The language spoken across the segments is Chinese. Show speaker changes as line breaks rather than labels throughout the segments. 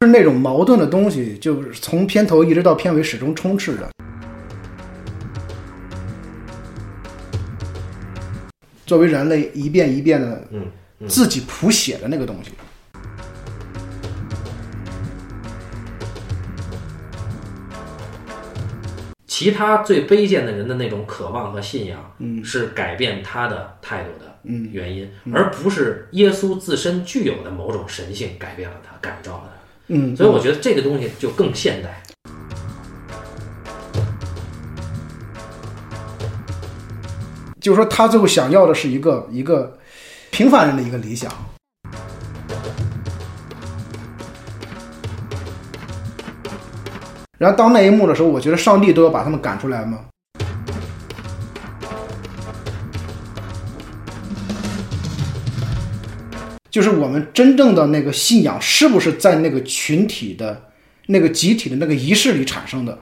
就是那种矛盾的东西，就是从片头一直到片尾始终充斥着。作为人类一遍一遍的
嗯
自己谱写的那个东西，
其他最卑贱的人的那种渴望和信仰，是改变他的态度的
嗯
原因，而不是耶稣自身具有的某种神性改变了他，感召了他。
嗯，
所以我觉得这个东西就更现代。
就是说他最后想要的是一个一个平凡人的一个理想。然后当那一幕的时候，我觉得上帝都要把他们赶出来嘛。就是我们真正的那个信仰，是不是在那个群体的、那个集体的那个仪式里产生的？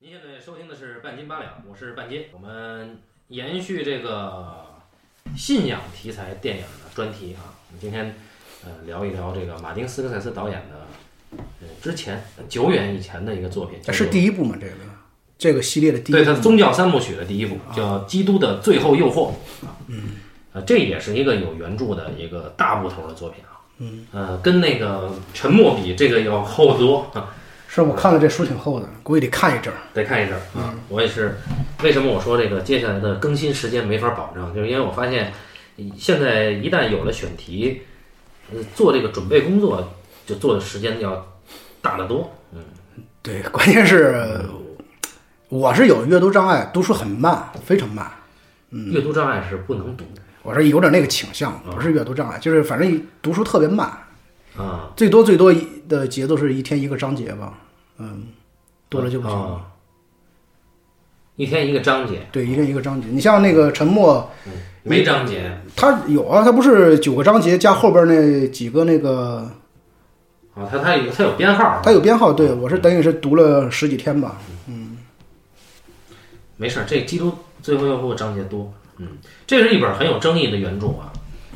您现在收听的是半斤八两，我是半斤。我们延续这个信仰题材电影的专题啊，我们今天呃聊一聊这个马丁斯科塞斯导演的呃之前久远以前的一个作品，叫
啊是
做
第一部吗？这个这个系列的第一
对
部
他宗教三部曲的第一部
啊
叫《基督的最后诱惑》啊，
嗯
呃，这也是一个有原著的一个大部头的作品啊，嗯，呃，跟那个《沉默》比，这个要厚得多啊，
是我看了这书挺厚的，估计得看一阵儿。
得看一阵儿
嗯
啊。我也是，为什么我说这个接下来的更新时间没法保证，就是因为我发现现在一旦有了选题，呃做这个准备工作就做的时间要大得多，嗯，
对，关键是我是有阅读障碍，读书很慢，非常慢。嗯
阅读障碍是不能读
我是有点那个倾向，不是阅读障碍，就是反正读书特别慢，
的啊。
最多最多的节奏是一天一个章节吧，嗯，多了就不行。
啊一天一个章节，
对，一天一个章节。你像那个《沉默
没章节》，
它有啊，它不是九个章节加后边那几个那个，
啊，它它有它有编号，
它有编号。对我是等于是读了十几天吧。
没事儿，这基督最后要后章节多，嗯，这是一本很有争议的原著啊，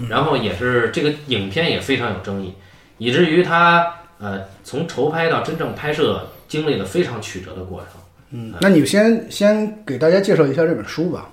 然后也是这个影片也非常有争议，以至于它呃从筹拍到真正拍摄经历了非常曲折的过程。
嗯，那你先先给大家介绍一下这本书吧。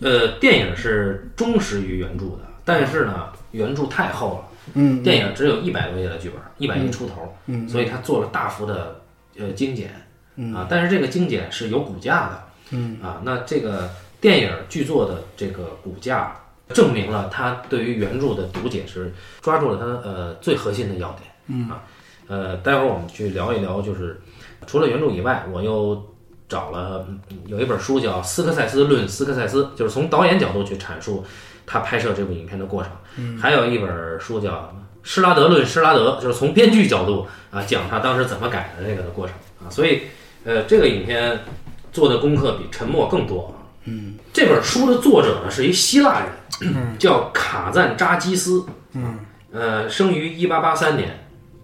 呃，电影是忠实于原著的，但是呢，原著太厚了，
嗯，
电影只有一百多页的剧本，一百页出头，嗯，所以他做了大幅的呃精简，嗯啊，但是这个精简是有骨架的，嗯啊，那这个电影剧作的这个骨架证明了他对于原著的读解是抓住了他呃最核心的要点，嗯啊，呃，待会儿我们去聊一聊，就是除了原著以外，我又找了嗯有一本书叫《斯科塞斯论斯科塞斯》，就是从导演角度去阐述他拍摄这部影片的过程。还有一本书叫《施拉德论施拉德》，就是从编剧角度啊讲他当时怎么改的这个的过程啊。所以，呃，这个影片做的功课比《沉默》更多。嗯，这本书的作者呢是一希腊人，叫卡赞扎基斯。嗯，呃，生于一八八三年，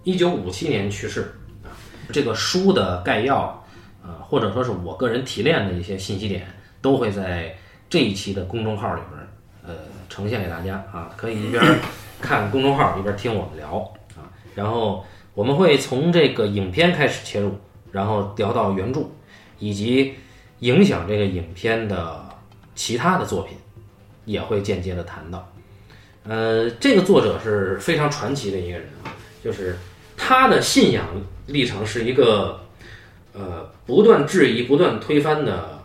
一九五七年去世。啊，这个书的概要。呃，或者说是我个人提炼的一些信息点，都会在这一期的公众号里边儿呃呈现给大家啊，可以一边儿看公众号一边儿听我们聊啊。然后我们会从这个影片开始切入，然后聊到原著，以及影响这个影片的其他的作品，也会间接的谈到。呃，这个作者是非常传奇的一个人啊，就是他的信仰历程是一个呃不断质疑、不断推翻的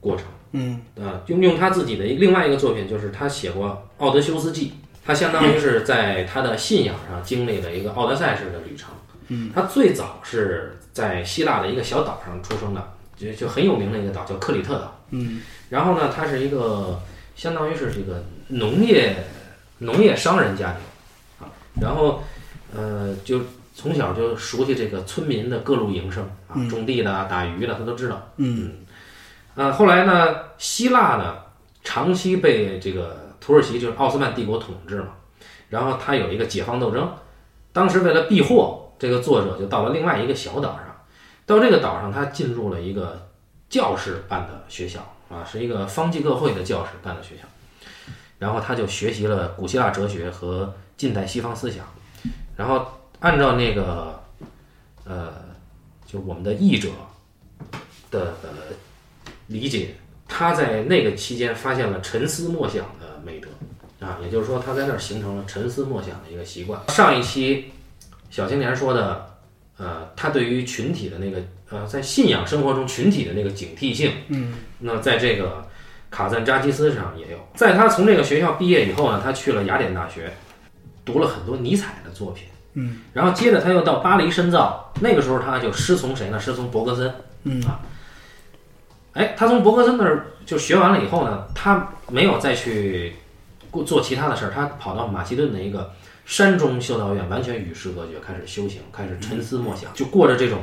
过程。嗯，啊，用用他自己的另外一个作品，就是他写过《奥德修斯纪》，他相当于是在他的信仰上经历了一个奥德赛式的旅程。嗯，他最早是在希腊的一个小岛上出生的，就就很有名的一个岛叫克里特岛。嗯，然后呢，他是一个相当于是这个农业农业商人家庭啊，然后呃，就从小就熟悉这个村民的各路营生啊，种地的啊、打鱼的，他都知道。
嗯
呃，后来呢，希腊呢长期被这个土耳其就是奥斯曼帝国统治嘛，然后它有一个解放斗争，当时为了避祸，这个作者就到了另外一个小岛上，到这个岛上他进入了一个教士办的学校啊，是一个方济各会的教士办的学校，然后他就学习了古希腊哲学和近代西方思想，然后按照那个呃，就我们的译者的。呃理解，他在那个期间发现了沉思默想的美德啊，也就是说他在那儿形成了沉思默想的一个习惯。上一期小青年说的，呃，他对于群体的那个呃，在信仰生活中群体的那个警惕性，嗯，那在这个卡赞扎基斯上也有。在他从这个学校毕业以后呢，他去了雅典大学，读了很多尼采的作品，嗯，然后接着他又到巴黎深造，那个时候他就师从谁呢？师从伯格森，嗯啊。哎，他从伯格森那儿就学完了以后呢，他没有再去过做其他的事儿，他跑到马其顿的一个山中修道院，完全与世隔绝，开始修行，开始沉思默想，就过着这种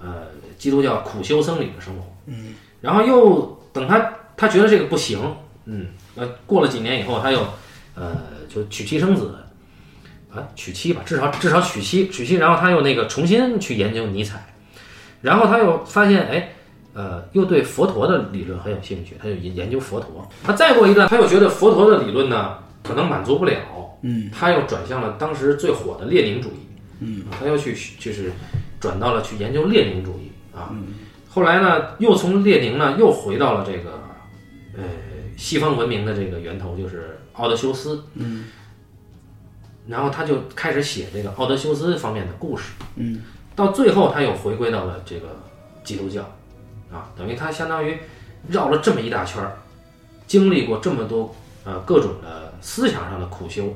呃基督教苦修僧侣的生活。嗯，然后又等他他觉得这个不行，嗯，呃，过了几年以后，他又呃就娶妻生子。啊，娶妻吧，至少至少娶妻，娶妻，然后他又那个重新去研究尼采，然后他又发现，哎，呃，又对佛陀的理论很有兴趣，他就研研究佛陀。他再过一段，他又觉得佛陀的理论呢，可能满足不了，嗯，他又转向了当时最火的列宁主义，嗯，他又去就是转到了去研究列宁主义啊。后来呢，又从列宁呢，又回到了这个呃西方文明的这个源头，就是奥德修斯，嗯，然后他就开始写这个奥德修斯方面的故事，嗯，到最后他又回归到了这个基督教。啊，等于他相当于绕了这么一大圈儿，经历过这么多呃各种的思想上的苦修，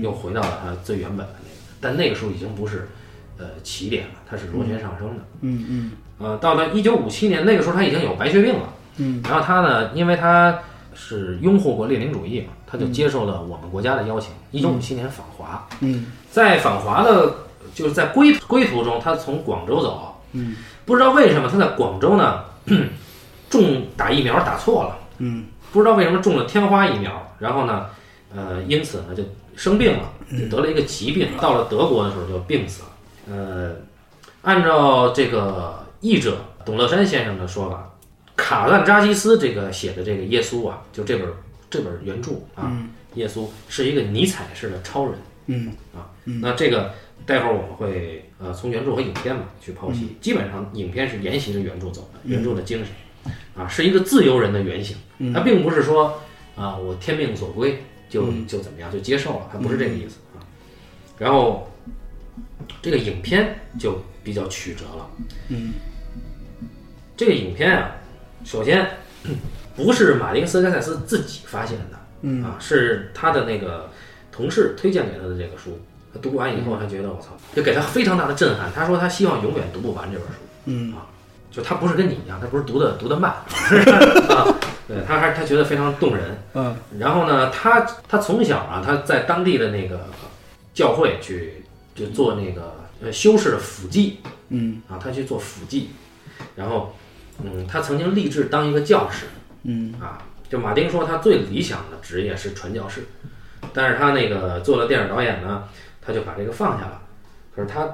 又回到了他最原本的那个，但那个时候已经不是呃起点了，它是螺旋上升的。
嗯嗯
呃，到了一九五七年那个时候，他已经有白血病了。嗯，然后他呢，因为他是拥护过列宁主义嘛，他就接受了我们国家的邀请。一九五七年访华，
嗯，
在访华的，就是在归归途中，他从广州走，嗯，不知道为什么他在广州呢， 中打疫苗打错了，
嗯，
不知道为什么中了天花疫苗，然后呢，呃，因此呢就生病了，就得了一个疾病。到了德国的时候就病死了。呃，按照这个译者董乐山先生的说法，卡赞扎基斯这个写的这个耶稣啊，就这本这本原著啊，耶稣是一个尼采式的超人。
嗯
啊，那这个待会儿我们会呃从原著和影片嘛去剖析，基本上影片是沿袭着原著走的，原著的精神啊是一个自由人的原型，他并不是说啊我天命所归就就怎么样就接受了，他不是这个意思啊。然后这个影片就比较曲折了，嗯，这个影片啊，首先不是马丁斯科塞斯自己发现的，嗯啊，是他的那个同事推荐给他的这个书，他读完以后，他觉得我操，就给他非常大的震撼。他说他希望永远读不完这本书，嗯啊，就他不是跟你一样，他不是读的读的 慢，啊，对，他还他觉得非常动人，
嗯
然后呢，他他从小啊，他在当地的那个教会去就做那个呃修士的辅祭，
嗯
啊，他去做辅祭，然后嗯，他曾经立志当一个教师，
嗯
啊，就马丁说他最理想的职业是传教士，但是他那个做了电影导演呢，他就把这个放下了。可是他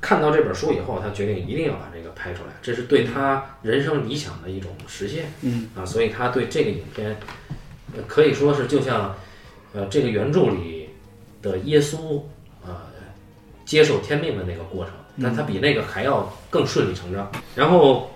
看到这本书以后，他决定一定要把这个拍出来，这是对他人生理想的一种实现。
嗯
啊，所以他对这个影片，呃可以说是就像，呃，这个原著里的耶稣，呃，接受天命的那个过程，但它比那个还要更顺理成章。然后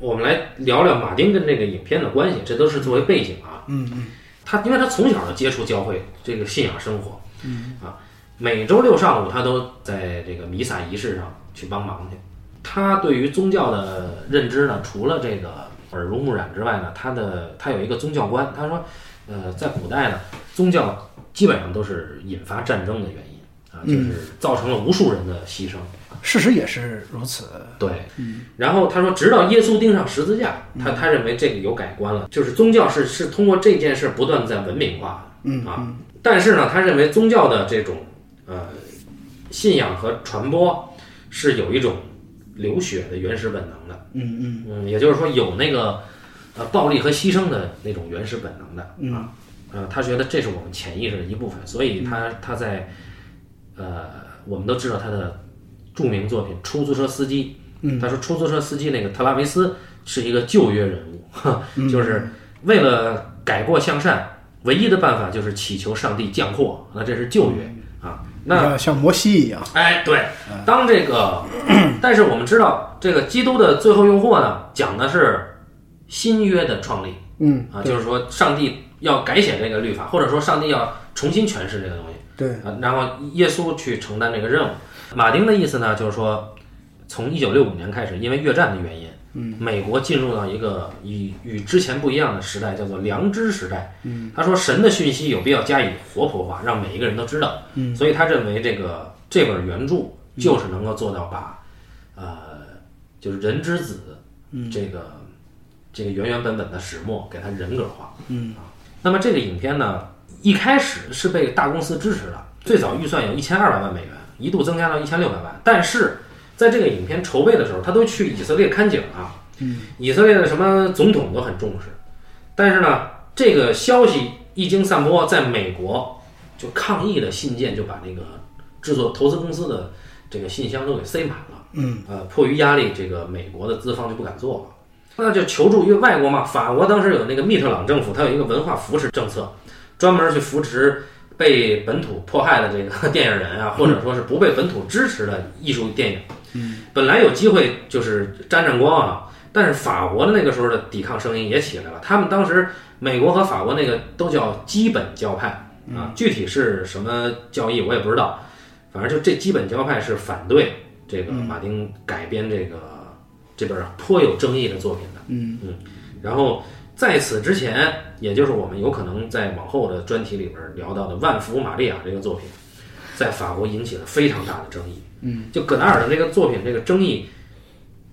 我们来聊聊马丁跟这个影片的关系，这都是作为背景啊。嗯嗯，他因为他从小就接触教会这个信仰生活，嗯啊，每周六上午他都在这个弥撒仪式上去帮忙去。他对于宗教的认知呢，除了这个耳濡目染之外呢，他的他有一个宗教观，他说，呃，在古代呢，宗教基本上都是引发战争的原因啊，就是造成了无数人的牺牲。
事实也是如此。
对，然后他说，直到耶稣钉上十字架，他他认为这个有改观了，就是宗教是是通过这件事不断地在文明化的，嗯啊，但是呢，他认为宗教的这种呃信仰和传播是有一种流血的原始本能的，
嗯嗯
嗯，也就是说有那个呃暴力和牺牲的那种原始本能的啊，呃，他觉得这是我们潜意识的一部分，所以他他在呃，我们都知道他的著名作品《出租车司机》，他说出租车司机那个特拉维斯是一个旧约人物， 哈，就是为了改过向善，唯一的办法就是祈求上帝降祸，那这是旧约啊，那
要像摩西一样，
哎，对，当这个，但是我们知道，这个基督的最后用货呢，讲的是新约的创立
嗯，
啊，就是说上帝要改写这个律法，或者说上帝要重新诠释这个东西。
对，
啊，然后耶稣去承担这个任务。马丁的意思呢，就是说，从一九六五年开始，因为越战的原因，嗯，美国进入到一个与与之前不一样的时代，叫做良知时代。嗯，他说神的讯息有必要加以活泼化，让每一个人都知道。嗯，所以他认为这个这本原著就是能够做到把，呃，就是人之子，这个这个原原本本的始末给它人格化。嗯啊，那么这个影片呢，一开始是被大公司支持的，最早预算有一千二百万美元，一度增加到一千六百万。但是在这个影片筹备的时候，他都去以色列看景啊，嗯，以色列的什么总统都很重视。但是呢，这个消息一经散播，在美国就抗议的信件就把那个制作投资公司的这个信箱都给塞满了。嗯，呃，迫于压力，这个美国的资方就不敢做了。那就求助于外国嘛。法国当时有那个密特朗政府，它有一个文化扶持政策，专门去扶持被本土迫害的这个 电影人啊，或者说是不被本土支持的艺术电影。嗯，本来有机会就是沾沾光啊，但是法国的那个时候的抵抗声音也起来了。他们当时美国和法国那个都叫基本教派啊，具体是什么教义我也不知道，反正就这基本教派是反对这个马丁改编这个这本啊颇有争议的作品的。嗯嗯，然后在此之前，也就是我们有可能在往后的专题里边聊到的《万福玛利亚》这个作品，在法国引起了非常大的争议。嗯，就葛达尔的这个作品，这个争议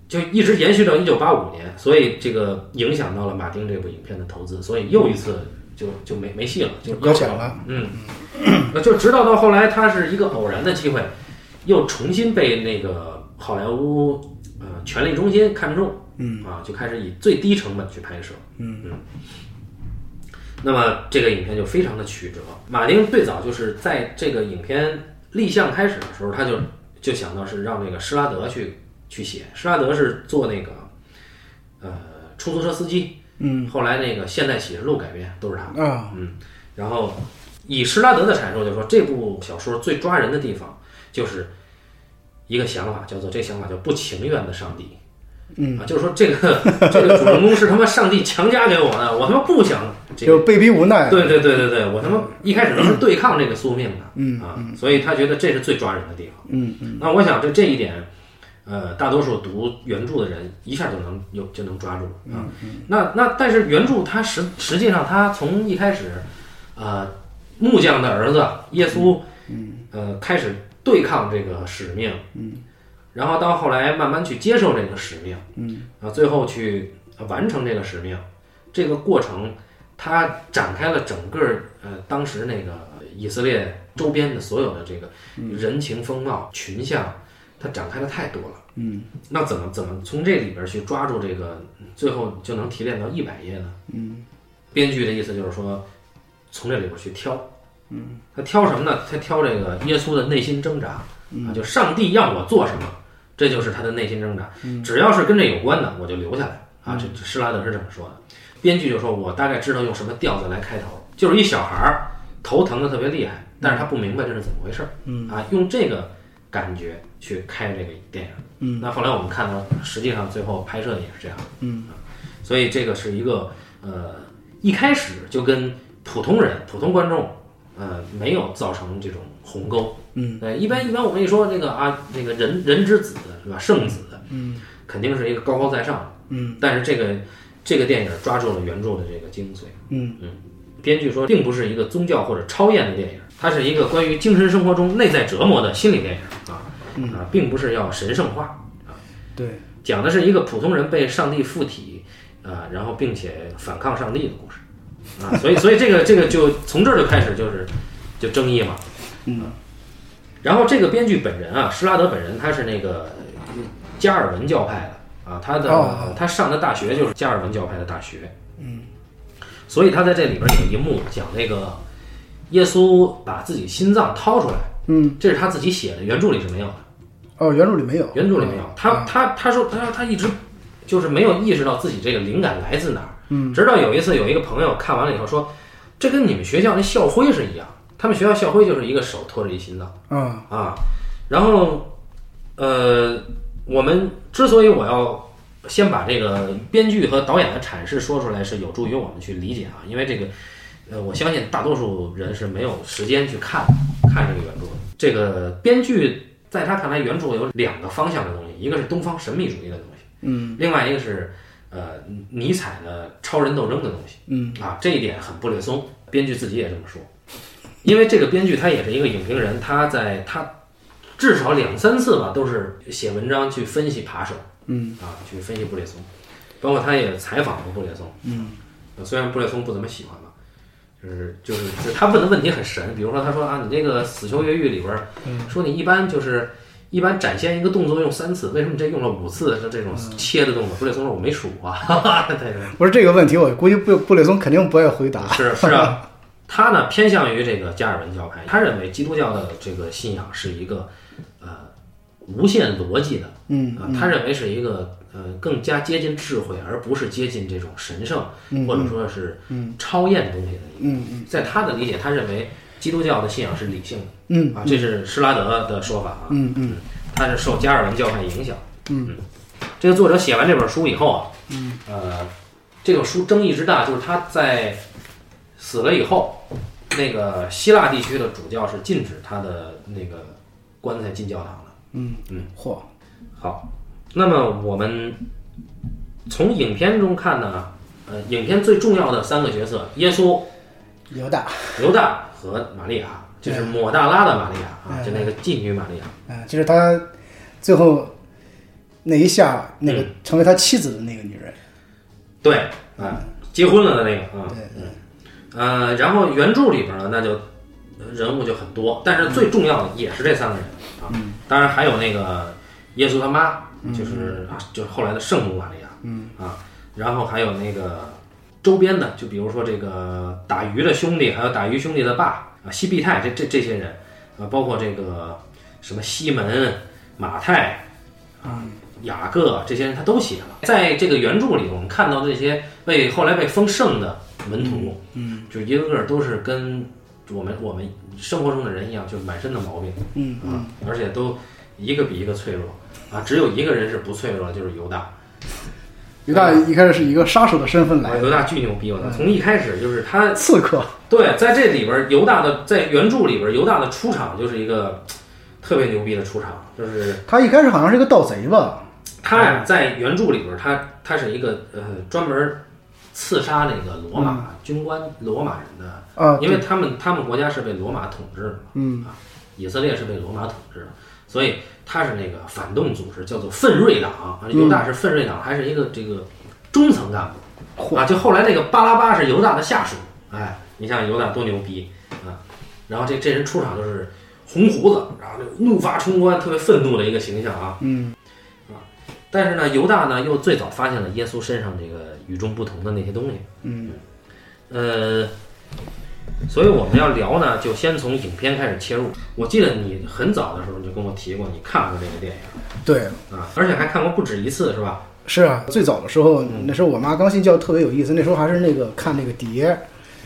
就一直延续到一九八五年，所以这个影响到了马丁这部影片的投资，所以又一次就就没没戏了，就
就搁浅了。
嗯， 那就直到到后来，他是一个偶然的机会，又重新被那个好莱坞呃权力中心看中，嗯啊，就开始以最低成本去拍摄，嗯那么这个影片就非常的曲折。马丁最早就是在这个影片立项开始的时候，他就就想到是让那个施拉德去去写，施拉德是做那个呃出租车司机，嗯，后来那个《现代启示录》改编都是他。
啊，
然后以施拉德的阐述，就说这部小说最抓人的地方就是一个想法，叫做这想法叫不情愿的上帝。嗯啊，就是说这个这个主人公是他妈上帝强加给我的，我他妈不想这个。
就被逼无奈。
对对对对对，我他妈一开始都是对抗这个宿命的，嗯啊，所以他觉得这是最抓人的地方。嗯嗯，那我想这这一点，呃，大多数读原著的人一下就能有就能抓住啊。那那但是原著它实实际上它从一开始，呃，木匠的儿子耶稣，嗯，呃，开始对抗这个使命，嗯，然后到后来慢慢去接受这个使命，嗯，啊，最后去完成这个使命，这个过程。它展开了整个呃当时那个呃以色列周边的所有的这个人情风貌、群像，它展开的太多了。嗯，那怎么怎么从这里边去抓住这个，最后就能提炼到一百页呢？嗯，编剧的意思就是说，从这里边去挑。嗯，他挑什么呢？他挑这个耶稣的内心挣扎、啊，就上帝要我做什么，这就是他的内心挣扎。只要是跟这有关的，我就留下来啊。这这施拉德是这么说的。编剧就说：“我大概知道用什么调子来开头，就是一小孩儿头疼的特别厉害，但是他不明白这是怎么回事儿。嗯啊，用这个感觉去开这个电影。嗯，那后来我们看到，实际上最后拍摄也是这样。嗯，所以这个是一个呃，一开始就跟普通人、普通观众呃没有造成这种鸿沟。嗯，呃，一般一般我们一说这个啊，那个人人之子是吧，圣子，嗯，肯定是一个高高在上。嗯，但是这个这个电影抓住了原著的这个精髓。嗯嗯，编剧说，并不是一个宗教或者超验的电影，它是一个关于精神生活中内在折磨的心理电影啊、啊，并不是要神圣化啊，
对，
讲的是一个普通人被上帝附体啊，然后并且反抗上帝的故事啊，所以所以这个这个就从这儿就开始就是就争议嘛，
嗯，
然后这个编剧本人啊，施拉德本人他是那个加尔文教派的啊，他的、
哦
他上的大学就是加尔文教派的大学，嗯，所以他在这里边有一幕讲那个耶稣把自己心脏掏出来，
嗯，
这是他自己写的，原著里是没有的，
哦，原著里没有，
原著里没有，他他他说他说他一直就是没有意识到自己这个灵感来自哪儿，嗯，直到有一次有一个朋友看完了以后说，这跟你们学校那校徽是一样，他们学校校徽就是一个手托着一心脏。
啊，
啊，然后，呃，我们之所以我要先把这个编剧和导演的阐释说出来，是有助于我们去理解啊，因为这个，呃，我相信大多数人是没有时间去看看这个原著的。这个编剧在他看来，原著有两个方向的东西，一个是东方神秘主义的东西，嗯，另外一个是呃尼采的超人斗争的东西，嗯啊，这一点很布列松，编剧自己也这么说。因为这个编剧他也是一个影评人，他在他至少两三次吧，都是写文章去分析扒手，嗯啊，去分析布列松，包括他也采访过布列松，嗯，虽然布列松不怎么喜欢吧，就是就是就是他问的问题很神，比如说他说啊，你这个《死囚越狱》里边儿，说你一般就是一般展现一个动作用三次，为什么这用了五次？是这种切的动作，布列松说我没数啊，哈哈， 对对。
不是这个问题，我估计布布列松肯定不会回答。
是是啊，他呢偏向于这个加尔文教派，他认为基督教的这个信仰是一个呃无限逻辑的，
嗯
啊，他认为是一个呃更加接近智慧，而不是接近这种神圣或者说是超验东西的一个。
嗯嗯
在他的理解，他认为基督教的信仰是理性的，
嗯
啊，这是施拉德的说法啊，
嗯嗯，
他是受加尔文教派影响。嗯，这个作者写完这本书以后啊，嗯，呃，这个书争议之大，就是他在死了以后，那个希腊地区的主教是禁止他的那个棺材进教堂的。
嚯，
好，那么我们从影片中看呢，呃，影片最重要的三个角色，耶稣、
犹大，
犹大和玛利亚，就是抹大拉的玛利亚啊，就那个妓女玛利亚。
啊，就是他最后那一下，那个成为他妻子的那个女人，
对，啊，结婚了的那个啊，嗯，呃，然后原著里边呢，那就呃人物就很多，但是最重要的也是这三个人啊，当然还有那个耶稣他妈，就是啊，就是后来的圣母玛利亚，嗯啊，然后还有那个周边的，就比如说这个打鱼的兄弟，还有打鱼兄弟的爸啊，西庇太这这这些人啊，包括这个什么西门、马太，雅各这些人他都写了，
哎
在这个原著里，我们看到这些被后来被封圣的门徒，嗯，就一个个都是跟我们我们生活中的人一样，就满身的毛病，
嗯
啊，而且都一个比一个脆弱啊，只有一个人是不脆弱的，就是犹大。
犹大一开始是以一个杀手的身份来
啊
嗯
犹大巨牛逼，我操！从一开始就是他
刺客，
对，在这里边儿，犹大的在原著里边儿，犹大的出场就是一个特别牛逼的出场，就是
他一开始好像是一个盗贼吧？
他呀，在原著里边儿，他他是一个呃专门儿刺杀那个罗马、军官、罗马人的，
啊，
因为他们他们国家是被罗马统治的嘛，嗯啊，以色列是被罗马统治的，所以他是那个反动组织，叫做奋锐党啊，犹大是奋锐党，还是一个这个中层干部啊，就后来那个巴拉巴是犹大的下属，哎，你像犹大多牛逼啊，然后这这人出场就是红胡子，然后就怒发冲冠，特别愤怒的一个形象啊，
嗯
但是呢，犹大呢又最早发现了耶稣身上这个与众不同的那些东西。嗯，呃，所以我们要聊呢，就先从影片开始切入。我记得你很早的时候你就跟我提过，你看过这个电影
对，
啊，而且还看过不止一次，是吧？
是啊，最早的时候，那时候我妈刚信教特别有意思，那时候还是那个看那个碟，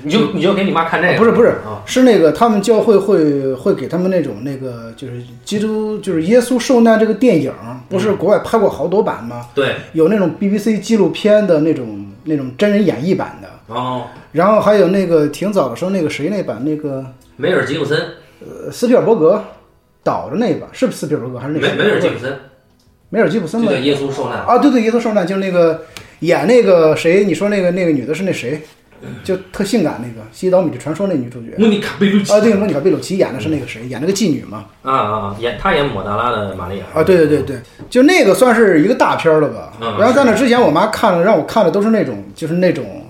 你就你就给你妈看这个，
不是不是
啊，
是那个他们教会会会给他们那种那个就是基督就是耶稣受难这个电影，不是国外拍过好多版吗？
对，
有那种 BBC 纪录片的那种那种真人演绎版的，
哦，
然后还有那个挺早的时候那个谁那版那个
梅尔吉姆森，
呃斯皮尔伯格导的那版是不是斯皮尔伯格还是
梅
那谁
梅尔吉姆森，
梅尔吉普森
就
吧
叫？耶稣受难，
啊，对对，耶稣受难就是那个演那个谁，你说那个那个女的是那谁，就特性感那个《西岛米的传说》那女主角。
莫妮卡贝鲁奇
啊，对，莫妮卡贝鲁奇演的是那个谁，演那个妓女嘛。
啊啊，演他演抹大拉的玛利亚
啊，对对对对，就那个算是一个大片儿了吧。
嗯
然后在那之前，我妈看了，让我看的都是那种，就是那种，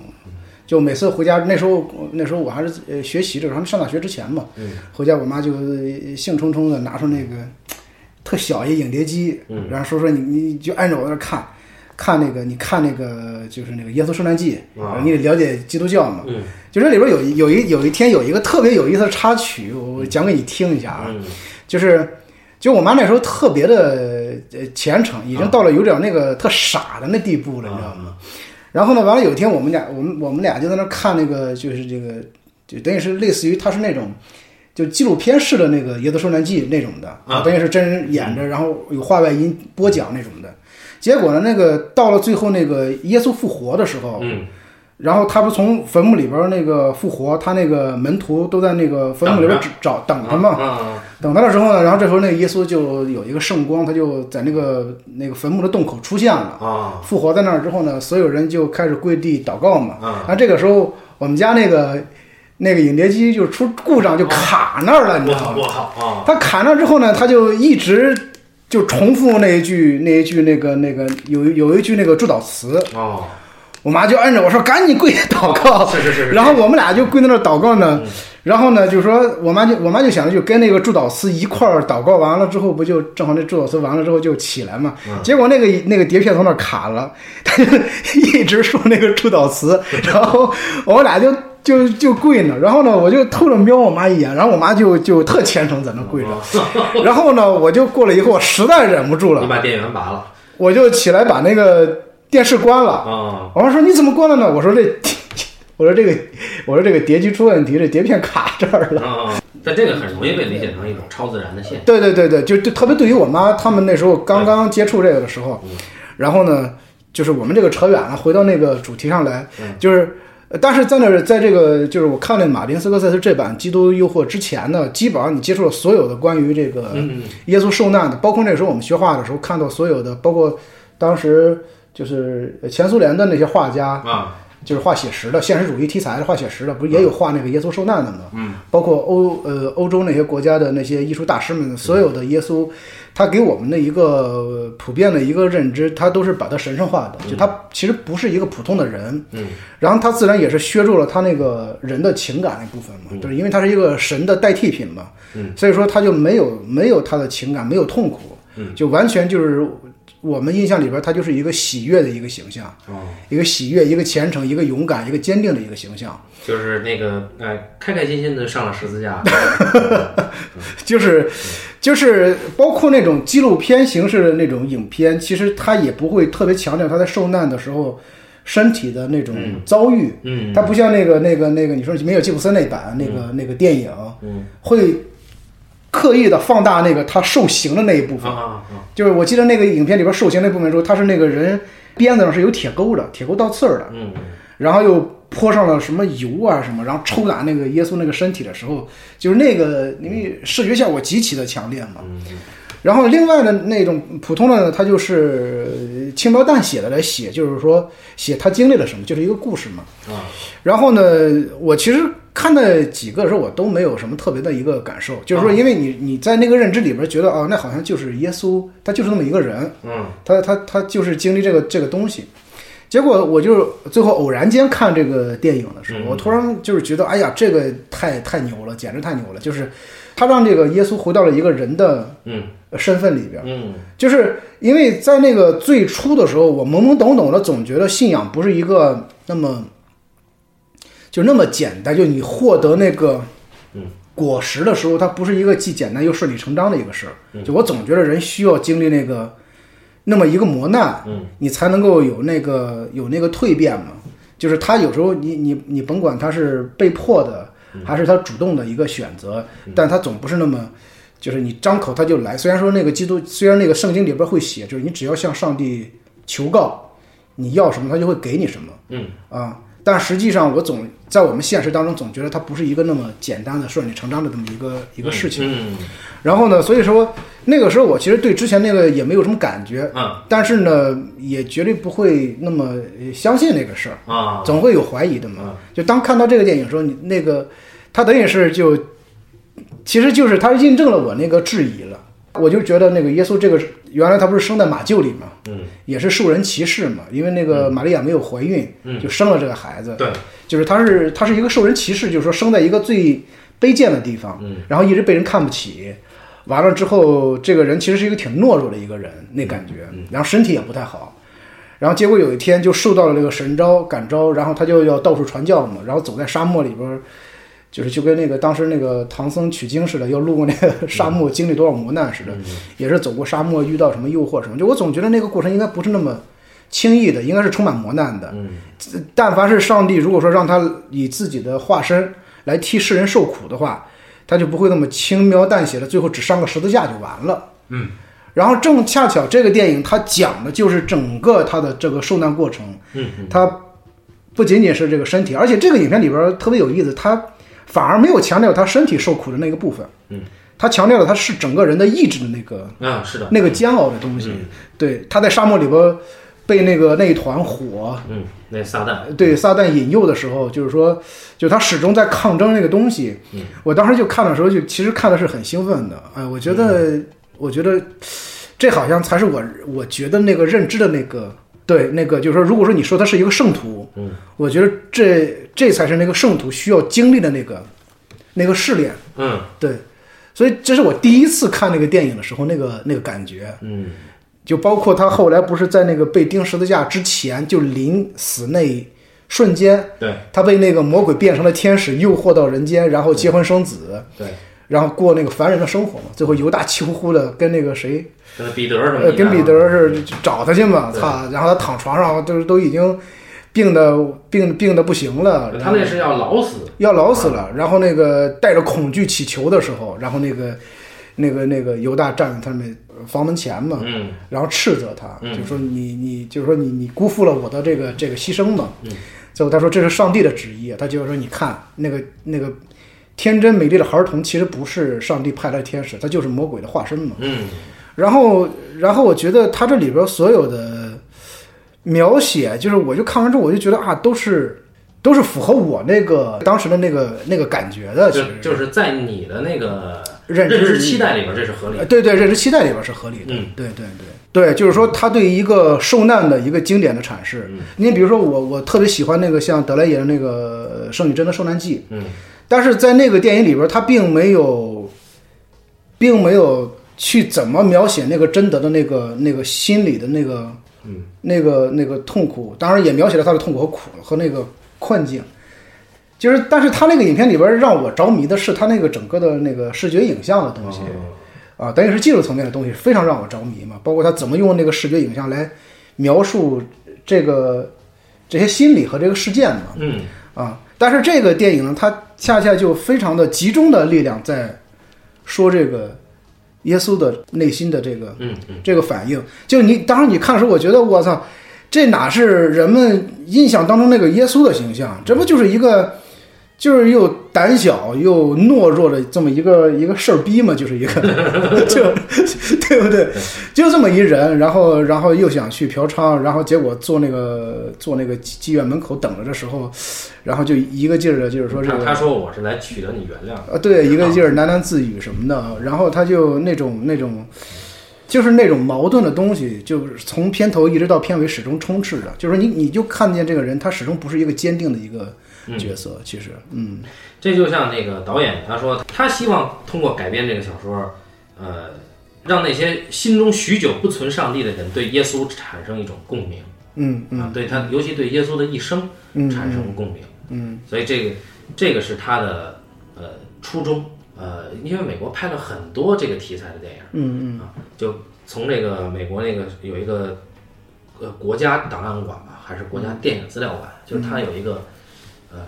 就每次回家那时候，那时候我还是呃学习的时候，还没上大学之前嘛，回家我妈就呃兴冲冲的拿出那个特小一影碟机，然后说说你你就按照我那儿看。看那个，你看那个，就是那个《耶稣受难记》
啊
你得了解基督教嘛。
嗯
就这里边有一有一有一天有一个特别有意思的插曲，我我讲给你听一下啊。
嗯
就是就我妈那时候特别的呃虔诚，
啊
已经到了有点那个特傻的那地步了，你知道吗？然后呢，完了有一天我们俩我们我们俩就在那儿看那个就是这个就等于是类似于它是那种。就纪录片式的那个《耶稣受难记》那种的
啊
等于是真人演着，然后有话外音播讲那种的。结果呢，那个到了最后那个耶稣复活的时候，
嗯，
然后他不是从坟墓里边儿那个复活，他那个门徒都在那个坟墓里边儿找等他嘛，
啊啊
等到了之后呢，然后这时候那个耶稣就有一个圣光，他就在那个那个坟墓的洞口出现了，
啊
复活在那儿之后呢，所有人就开始跪地祷告嘛。
啊
然后这个时候我们家那个那个影碟机就出故障，就卡那儿了，你知
我
道
操
吗？
我操啊！
它卡那儿之后呢，它就一直就重复那一句那一句那个那个有有一句那个祝祷词，
哦，
我妈就按着我说赶紧跪下祷告，
是是是哦嗯是
哦然后我们俩就跪在那儿祷告呢，然后呢，就说我妈就我妈就想着就跟那个祝祷司一块儿祷告完了之后，不就正好那祝祷司完了之后就起来嘛？
嗯
结果那个那个碟片从那儿卡了， 他就一直说那个祝祷词，然 后我俩就就就跪那儿，然后呢，我就偷着瞄我妈一眼，然后我妈就就特虔诚在那儿跪
哦
着，然后呢，我就过了以后，我实在忍不住
你
了，
把电源拔了
我就起来把那个电视关了。
啊！
我妈说你怎么关了呢？我说这，我说这个，我说这个碟机出问题，这碟片卡这儿了。
啊，但这个很容易被理解成一种超自然的现象。
对对对对，就就特别对于我妈他们那时候刚刚接触这个的时候，嗯然后呢，就是我们这个扯远了，回到那个主题上来，就是。呃但是在那儿，在这个就是我看了马丁斯科塞斯这版《基督诱惑》之前呢，基本上你接触了所有的关于这个耶稣受难的，包括那时候我们学画的时候看到所有的，包括当时就是前苏联的那些画家，
啊，
就是画写实的现实主义题材的画写实的，不是也有画那个耶稣受难的吗？嗯，包括欧呃欧洲那些国家的那些艺术大师们，所有的耶稣，他给我们的一个呃普遍的一个认知，他都是把他神圣化的，就他其实不是一个普通的人，嗯，然后他自然也是削弱了他那个人的情感那部分嘛，就是因为他是一个神的代替品嘛，嗯，所以说他就没有没有他的情感，没有痛苦，嗯，就完全就是我们印象里边他就是一个喜悦的一个形象。
哦，
一个喜悦，一个虔诚，一个勇敢，一个坚定的一个形象，
就是那个哎，开开心心的上了十 字架。
就是，就是包括那种纪录片形式的那种影片，其实他也不会特别强调他在受难的时候身体的那种遭遇，
嗯，
他不像那个那个那个你说没有吉普森那版那个那个电影，
嗯，
会刻意的放大那个他受刑的那一部
啊
分，
啊啊！
就是我记得那个影片里边受刑那部分的时候，他是那个人鞭子上是有铁钩的，铁钩倒刺儿的，
嗯，
然后又泼上了什么油啊什么，然后抽打那个耶稣那个身体的时候，就是那个因为视觉效果极其的强烈嘛。然后另外的那种普通的呢，它就是呃轻描淡写的来写，就是说写他经历了什么，就是一个故事嘛。
啊，
然后呢，我其实看那几个的时候，我都没有什么特别的一个感受，就是说，因为你你在那个认知里边觉得哦，那好像就是耶稣，他就是那么一个人，
嗯，
他他他就是经历这个这个东西。结果我就最后偶然间看这个电影的时候，
嗯
我突然就是觉得，哎呀，这个太太牛了，简直太牛了！就是他让这个耶稣回到了一个人的
嗯
身份里边，
嗯
就是因为在那个最初的时候，我懵懵懂懂的，总觉得信仰不是一个那么就那么简单，就你获得那个
嗯
果实的时候，它不是一个既简单又顺理成章的一个事
嗯
儿。就我总觉得人需要经历那个那么一个磨难，
嗯
你才能够有那个有那个蜕变嘛。就是他有时候你你你甭管他是被迫的，
嗯
还是他主动的一个选择，但他总不是那么，就是你张口他就来。虽然说那个基督，虽然那个圣经里边会写，就是你只要向上帝求告，你要什么他就会给你什么。
嗯
啊，但实际上我总在我们现实当中总觉得它不是一个那么简单的顺理成章的这么一个一个事情。
情，
然后呢，所以说那个时候我其实对之前那个也没有什么感觉，
嗯嗯
但是呢，也绝对不会那么呃相信那个事儿，
啊，
总会有怀疑的嘛。就当看到这个电影的时候，你那个它等于是就，其实就是它印证了我那个质疑了。我就觉得那个耶稣这个原来他不是生在马厩里嘛，
嗯
也是受人歧视嘛，因为那个玛利亚没有怀孕，
嗯，
就生了这个孩子。
对，
就是他是他是一个受人歧视，就是说生在一个最卑贱的地方，
嗯
然后一直被人看不起。完了之后，这个人其实是一个挺懦弱的一个人，那感觉，然后身体也不太好，然后结果有一天就受到了这个神招感召，然后他就要到处传教嘛，然后走在沙漠里边儿，就是就跟那个当时那个唐僧取经似的，要路过那个沙漠，经历多少磨难似的，也是走过沙漠，遇到什么诱惑什么，就我总觉得那个过程应该不是那么轻易的，应该是充满磨难的。
嗯
但凡是上帝，如果说让他以自己的化身来替世人受苦的话，他就不会那么轻描淡写的，最后只上个十字架就完了。
嗯，
然后正恰巧这个电影它讲的就是整个他的这个受难过程，
嗯
它不仅仅是这个身体，而且这个影片里边儿特别有意思，它反而没有强调他身体受苦的那个部分，
嗯，
他强调了他是整个人的意志的那个
啊，是的，嗯
那个煎熬的东西。对，他在沙漠里边儿被那个那一团火
嗯，那撒旦，
对撒旦引诱的时候，就是说，就他始终在抗争那个东西。我当时就看的时候，就其实看的是很兴奋的。哎，我觉得，我觉得这好像才是我我觉得那个认知的那个对那个，就是说，如果说你说他是一个圣徒，
嗯，
我觉得这这才是那个圣徒需要经历的那个那个试炼。
嗯
对，所以这是我第一次看那个电影的时候，那个那个感觉。
嗯
就包括他后来不是在那个被钉十字架之前，就临死那一瞬间，
对
他被那个魔鬼变成了天使，诱惑到人间，然后结婚生子，
对，
然后过那个凡人的生活嘛。最后犹大气呼呼的跟那个谁，
跟那彼得什么
呃，
一样
跟
啊
彼得是找他去嘛，
对
操！然后他躺床上，就是都已经病的病病的不行了，然
啊他
后
那是要老死，
要老死了。然后那个带着恐惧祈求的时候，然后那个那个那个犹大站在他们房门前嘛，
嗯
然后斥责他，
嗯
就说你你就是说你你辜负了我的这个这个牺牲嘛。
嗯
最后他说这是上帝的旨意，啊他就说你看那个那个天真美丽的孩童其实不是上帝派来的天使，他就是魔鬼的化身嘛。
嗯
然后然后我觉得他这里边所有的描写，就是我就看完之后我就觉得啊，都是都是符合我那个当时的那个那个感觉的，其
就
实
就是在你的那个
认知
知期待里边，这是合理的。
呃对对，认知期待里边是合理的。
嗯
对对对对，就是说他对一个受难的一个经典的阐释。
嗯
你比如说我，我特别喜欢那个像德莱也的那个呃《圣女贞的受难记》，
嗯
但是在那个电影里边，他并没有，并没有去怎么描写那个贞德的那个那个心理的那个
嗯
那个那个痛苦，当然也描写了他的痛苦和苦和那个困境。就是，但是他那个影片里边让我着迷的是他那个整个的那个视觉影像的东西，
哦
啊，等于是技术层面的东西，非常让我着迷嘛。包括他怎么用那个视觉影像来描述这个这些心理和这个事件嘛，
嗯
啊，但是这个电影呢，它恰恰就非常的集中的力量在说这个耶稣的内心的这个
嗯嗯
这个反应。就你当时你看的时候，我觉得我操，这哪是人们印象当中那个耶稣的形象？这不就是一个，就是又胆小又懦弱的这么一个一个事儿逼嘛，就是一个， 就对不对？就这么一人，然后然后又想去嫖娼，然后结果坐那个坐那个妓院门口等着的时候，然后就一个劲儿的，就是说这
他
个
他说我是来取得你原谅的，啊
呃，对，一个劲儿喃喃自语什么的，然后他就那种那种，就是那种矛盾的东西，就是从片头一直到片尾始终充斥着，就是你你就看见这个人，他始终不是一个坚定的一个
嗯
角色，其实，嗯
这就像那个导演他说，他希望通过改编这个小说，呃，让那些心中许久不存上帝的人对耶稣产生一种共鸣、
嗯嗯
啊，对他，尤其对耶稣的一生
嗯
产生共鸣。
嗯，
所以这个这个是他的呃初衷。呃，因为美国拍了很多这个题材的电影，
嗯
啊，就从这个美国那个有一个呃国家档案馆吧，还是国家电影资料馆，
嗯
就是它有一个呃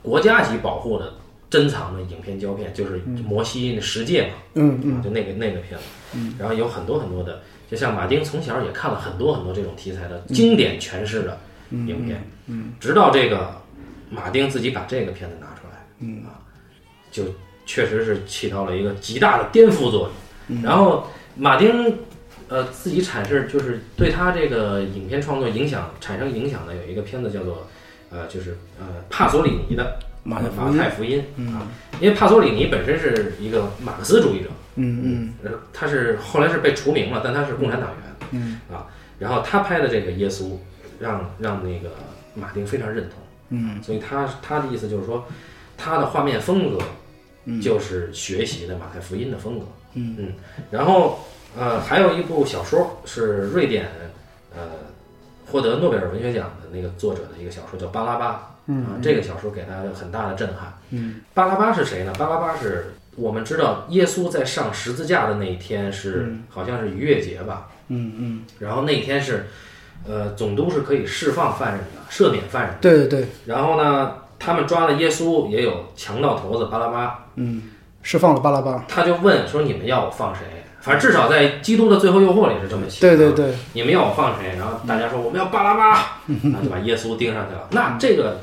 国家级保护的珍藏的影片胶片，就是摩西那十诫嘛，
嗯嗯
啊，就那个那个片子，然后有很多很多的，就像马丁从小也看了很多很多这种题材的
嗯
经典诠释的影片，直到这个马丁自己把这个片子拿出来，嗯啊，就确实是起到了一个极大的颠覆作
嗯
用。然后马丁呃自己阐释，就是对他这个影片创作影响产生影响的有一个片子叫做呃就是呃帕索里尼的。
马太
太
福嗯
马太福音啊，因为帕索里尼本身是一个马克思主义者，
嗯嗯
呃，他是后来是被除名了，但他是共产党员，嗯啊，然后他拍的这个耶稣，让让那个马丁非常认同，嗯，所以他他的意思就是说，他的画面风格就是学习的马太福音的风格，嗯然后呃还有一部小说是瑞典呃获得诺贝尔文学奖的那个作者的一个小说叫《巴拉巴》，嗯啊，这个小说给他很大的震撼，嗯，巴拉巴是谁呢？巴拉巴是我们知道耶稣在上十字架的那一天是、好像是逾越节吧，
嗯嗯，
然后那天是，呃，总督是可以释放犯人的，赦免犯人的。
对对对，
然后呢，他们抓了耶稣，也有强盗头子巴拉巴，
释放了巴拉巴。
他就问说：“你们要我放谁？”反正至少在《基督的最后诱惑》里是这么写
对
的。
对对，
你们要我放谁？然后大家说我们要巴拉 巴，然后就把耶稣钉上去了。那这个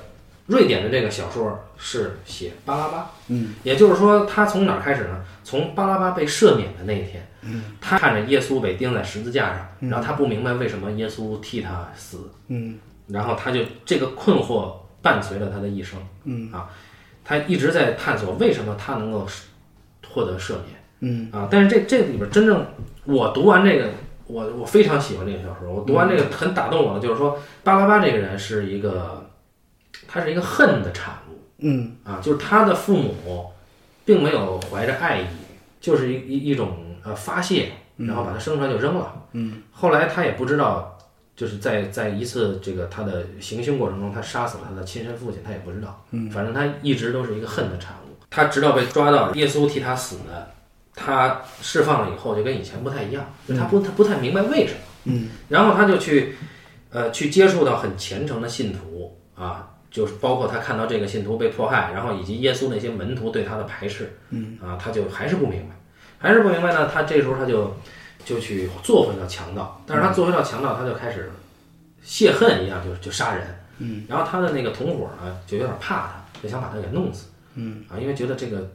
瑞典的这个小说是写巴拉巴，嗯，也就是说他从哪儿开始呢？从巴拉巴被赦免的那一天，嗯，他看着耶稣被钉在十字架上，然后他不明白为什么耶稣替他死，
嗯
然后他就这个困惑伴随了他的一生，嗯啊，他一直在探索为什么他能够获得赦免。
嗯
啊，但是这这里边真正我读完这个，我我非常喜欢这个小说，我读完这个很打动我的，就是说巴拉巴这个人是一个，他是一个恨的产物
嗯
啊，就是他的父母并没有怀着爱意，就是一一一种呃发泄，然后把他生出来就扔了，嗯，后来他也不知道。就是在在一次这个他的行凶过程中，他杀死了他的亲生父亲，他也不知道。嗯，反正他一直都是一个恨的产物。他直到被抓到，耶稣替他死的，他释放了以后就跟以前不太一样，就他不他不太明白为什么，嗯，然后他就去，呃，去接触到很虔诚的信徒啊，就是包括他看到这个信徒被迫害，然后以及耶稣那些门徒对他的排斥，嗯，啊，他就还是不明白，还是不明白呢，他这时候他就就去做回到强盗，但是他做回到强盗，他就开始泄恨一样就就杀人，嗯，然后他的那个同伙呢就有点怕他，就想把他给弄死，嗯，啊，因为觉得这个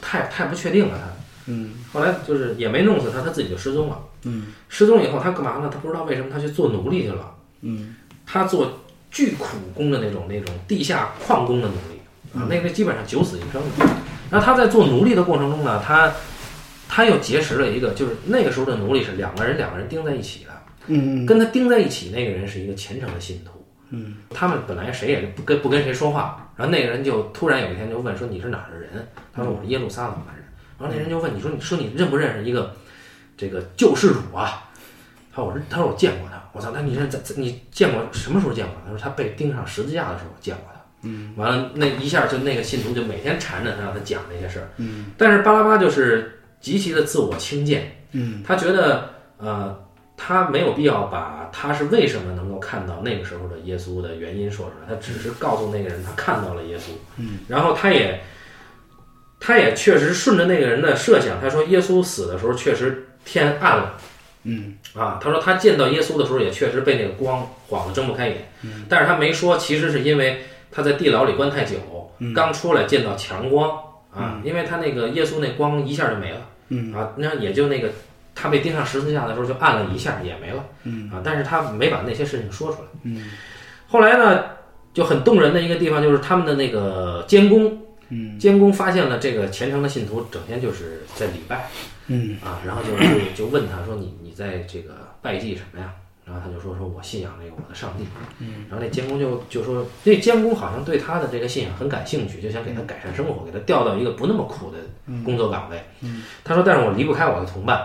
太太不确定了他。嗯后来就是也没弄死他，他自己就失踪了。嗯，失踪以后他干嘛呢？他不知道为什么他去做奴隶去了。嗯，他做巨苦工的那种那种地下矿工的奴隶啊，那个基本上九死一生的。那他在做奴隶的过程中呢，他他又结识了一个，就是那个时候的奴隶是两个人两个人钉在一起的，
嗯
跟他钉在一起那个人是一个虔诚的信徒。嗯，他们本来谁也不跟不跟谁说话，然后那个人就突然有一天就问说你是哪儿的人？他说我是耶路撒冷的人。然后那人就问你说你说你认不认识一个这个救世主啊？他说我是他说我见过他。我操，那你认在在你见过什么时候见过他？他说他被钉上十字架的时候见过他。嗯，完了那一下就那个信徒就每天缠着他让他讲这些事儿。嗯，但是巴拉巴就是极其的自我轻贱。嗯，他觉得呃他没有必要把他是为什么能够看到那个时候的耶稣的原因说出来，他只是告诉那个人他看到了耶稣，嗯，然后他也，他也确实顺着那个人的设想，他说耶稣死的时候确实天暗了，嗯，啊，他说他见到耶稣的时候也确实被那个光晃得睁不开眼，嗯，但是他没说，其实是因为他在地牢里关太久，刚出来见到强光啊，因为他那个耶稣那光一下就没了，嗯，啊，那也就那个。他被钉上十字架的时候就按了一下也没了，嗯啊，但是他没把那些事情说出来，嗯。后来呢，就很动人的一个地方就是他们的那个监工，嗯，监工发现了这个虔诚的信徒整天就是在礼拜，嗯啊，然后就就就问他说你你在这个拜祭什么呀？然后他就说说我信仰那个我的上帝，嗯，然后那监工就就说那监工好像对他的这个信仰很感兴趣，就想给他改善生活，给他调到一个不那么苦的工作岗位，嗯，他说但是我离不开我的同伴。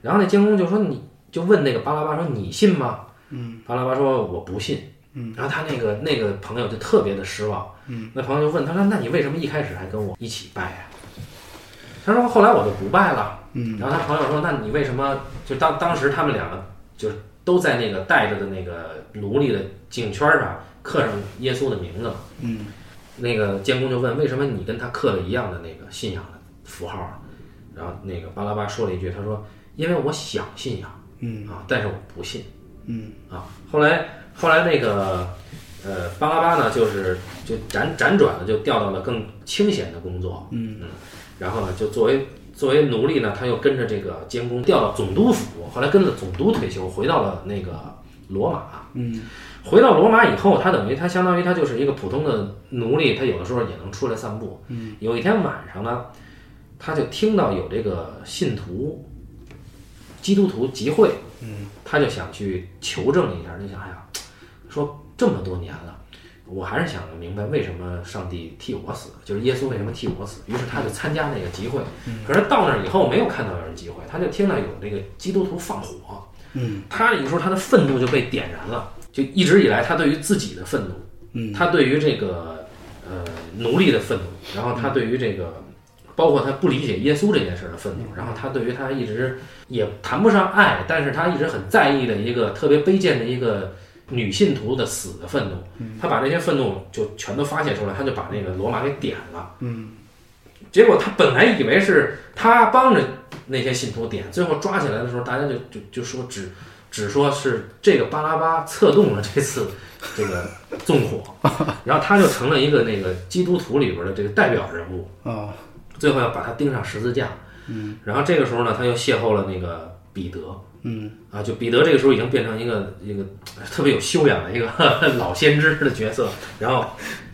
然后那监工就说你就问那个巴拉巴说你信吗？嗯，巴拉巴说我不信。嗯，然后他那个那个朋友就特别的失望。嗯，那朋友就问他说那你为什么一开始还跟我一起拜呀、他说后来我就不拜了。嗯，然后他朋友说那你为什么就当当时他们两个就是都在那个带着的那个奴隶的颈圈上刻上耶稣的名字嘛。
嗯，
那个监工就问为什么你跟他刻了一样的那个信仰的符号啊？然后那个巴拉巴说了一句，他说因为我想信仰，
嗯
啊，但是我不信
嗯
啊。后来后来那个呃巴拉巴呢，就是就辗辗转的就调到了更清闲的工作，
嗯
然后呢，就作为作为奴隶呢，他又跟着这个监工调到总督府，后来跟着总督退休，回到了那个罗马。
嗯
回到罗马以后，他等于他相当于他就是一个普通的奴隶，他有的时候也能出来散步。嗯，有一天晚上呢，他就听到有这个信徒、基督徒集会，嗯，他就想去求证一下。你想，哎呀，说这么多年了，我还是想明白为什么上帝替我死，就是耶稣为什么替我死。于是他就参加那个集会，
嗯
可是到那儿以后没有看到有人集会，他就听到有这个基督徒放火。
嗯
他有时候他的愤怒就被点燃了，就一直以来他对于自己的愤怒，
嗯，
他对于这个呃奴隶的愤怒，然后他对于这个包括他不理解耶稣这件事儿的愤怒，然后他对于他一直也谈不上爱，但是他一直很在意的一个特别卑贱的一个女信徒的死的愤怒，他把这些愤怒就全都发泄出来，他就把那个罗马给点了，嗯，结果他本来以为是他帮着那些信徒点，最后抓起来的时候，大家就就就说只只说是这个巴拉巴策动了这次这个纵火， 然后他就成了一个那个基督徒里边的这个代表人物，
啊
最后要把他钉上十字架。哦嗯，然后这个时候呢，他又邂逅了那个彼得。
嗯
啊，就彼得这个时候已经变成一个一个特别有修养的一个 老先知的角色，然后，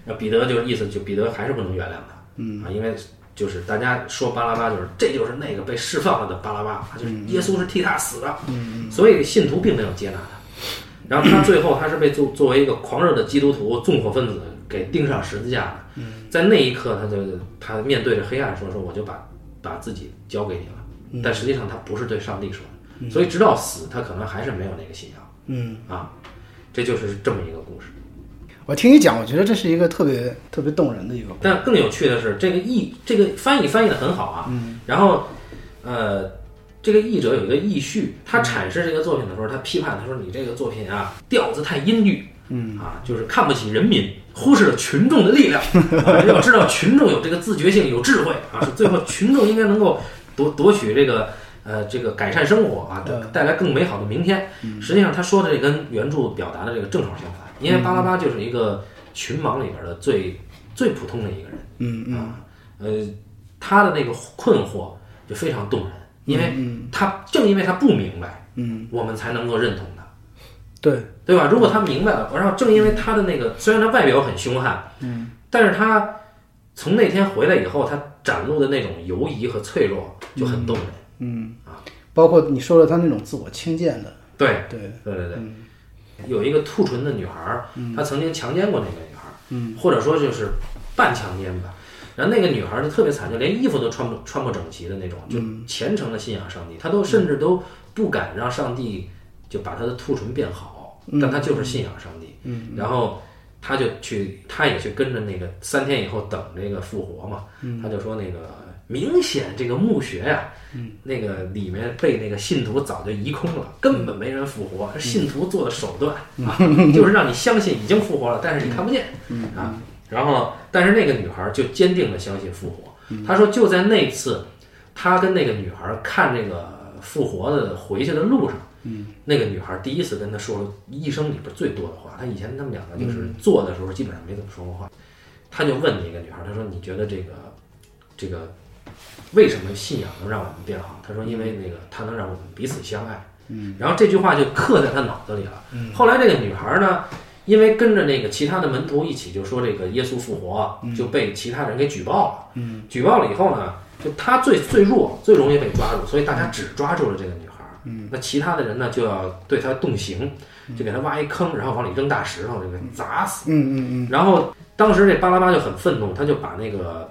那彼得就是意思就彼得还是不能原谅他，嗯啊，因为就是大家说巴拉巴就是这就是那个被释放了的巴拉巴，就是耶稣是替他死的，嗯，所以信徒并没有接纳他，然后他最后他是被作作为一个狂热的基督徒纵火分子给钉上十字架的，嗯，在那一刻他就他面对着黑暗说说我就把把自己交给你了，但实际上他不是对上帝说的。所以直到死，他可能还是没有那个信仰
嗯，
啊。这就是这么一个故事。
我听你讲，我觉得这是一个特别特别动人的一个，
但更有趣的是，这个译这个翻译翻译的很好啊。然后，呃，这个译者有一个译序，他阐释这个作品的时候，他批判他说：“你这个作品啊，调子太阴郁，嗯啊，就是看不起人民，忽视了群众的力量。啊要知道群众有这个自觉性，有智慧啊。最后，群众应该能够夺夺取这个。”呃，这个改善生活啊，带带来更美好的明天。实际上，他说的这跟原著表达的这个正好相反，因为巴拉巴就是一个群盲里边的最最普通的一个人，
嗯嗯
啊，呃，他的那个困惑就非常动人，因为他正因为他不明白，
嗯，
我们才能够认同他，
对，
对吧？如果他明白了，然后正因为他的那个，虽然他外表很凶悍，嗯，但是他从那天回来以后，他展露的那种犹疑和脆弱就很动人，
嗯包括你说的他那种自我轻贱的，
对，
对，
对对对，有一个兔唇的女孩儿，她曾经强奸过那个女孩儿，或者说就是半强奸吧。然后那个女孩儿就特别惨，就连衣服都穿不穿不整齐的那种，就虔诚的信仰上帝，她都甚至都不敢让上帝就把她的兔唇变好，但她就是信仰上帝。然后她就去，她也去跟着那个三天以后等这个复活嘛，她就说那个。明显这个墓穴呀、那个里面被那个信徒早就移空了，根本没人复活，是信徒做的手段啊，就是让你相信已经复活了，但是你看不见啊。然后，但是那个女孩就坚定的相信复活。她说，就在那次，她跟那个女孩看这个复活的回去的路上，那个女孩第一次跟他说了一生里边最多的话。她以前他们两个就是做的时候基本上没怎么说过话。她就问那个女孩，她说：“你觉得这个这个为什么信仰能让我们变好？他说，因为那个它能让我们彼此相爱。嗯，然后这句话就刻在他脑子里了。嗯，后来这个女孩呢，因为跟着那个其他的门徒一起就说这个耶稣复活，就被其他人给举报了。嗯，举报了以后呢，就她最最弱，最容易被抓住，所以大家只抓住了这个女孩。嗯，那其他的人呢，就要对她动刑，就给她挖一坑，然后往里扔大石头，就给砸死。
嗯嗯
然后当时这巴拉巴就很愤怒，他就把那个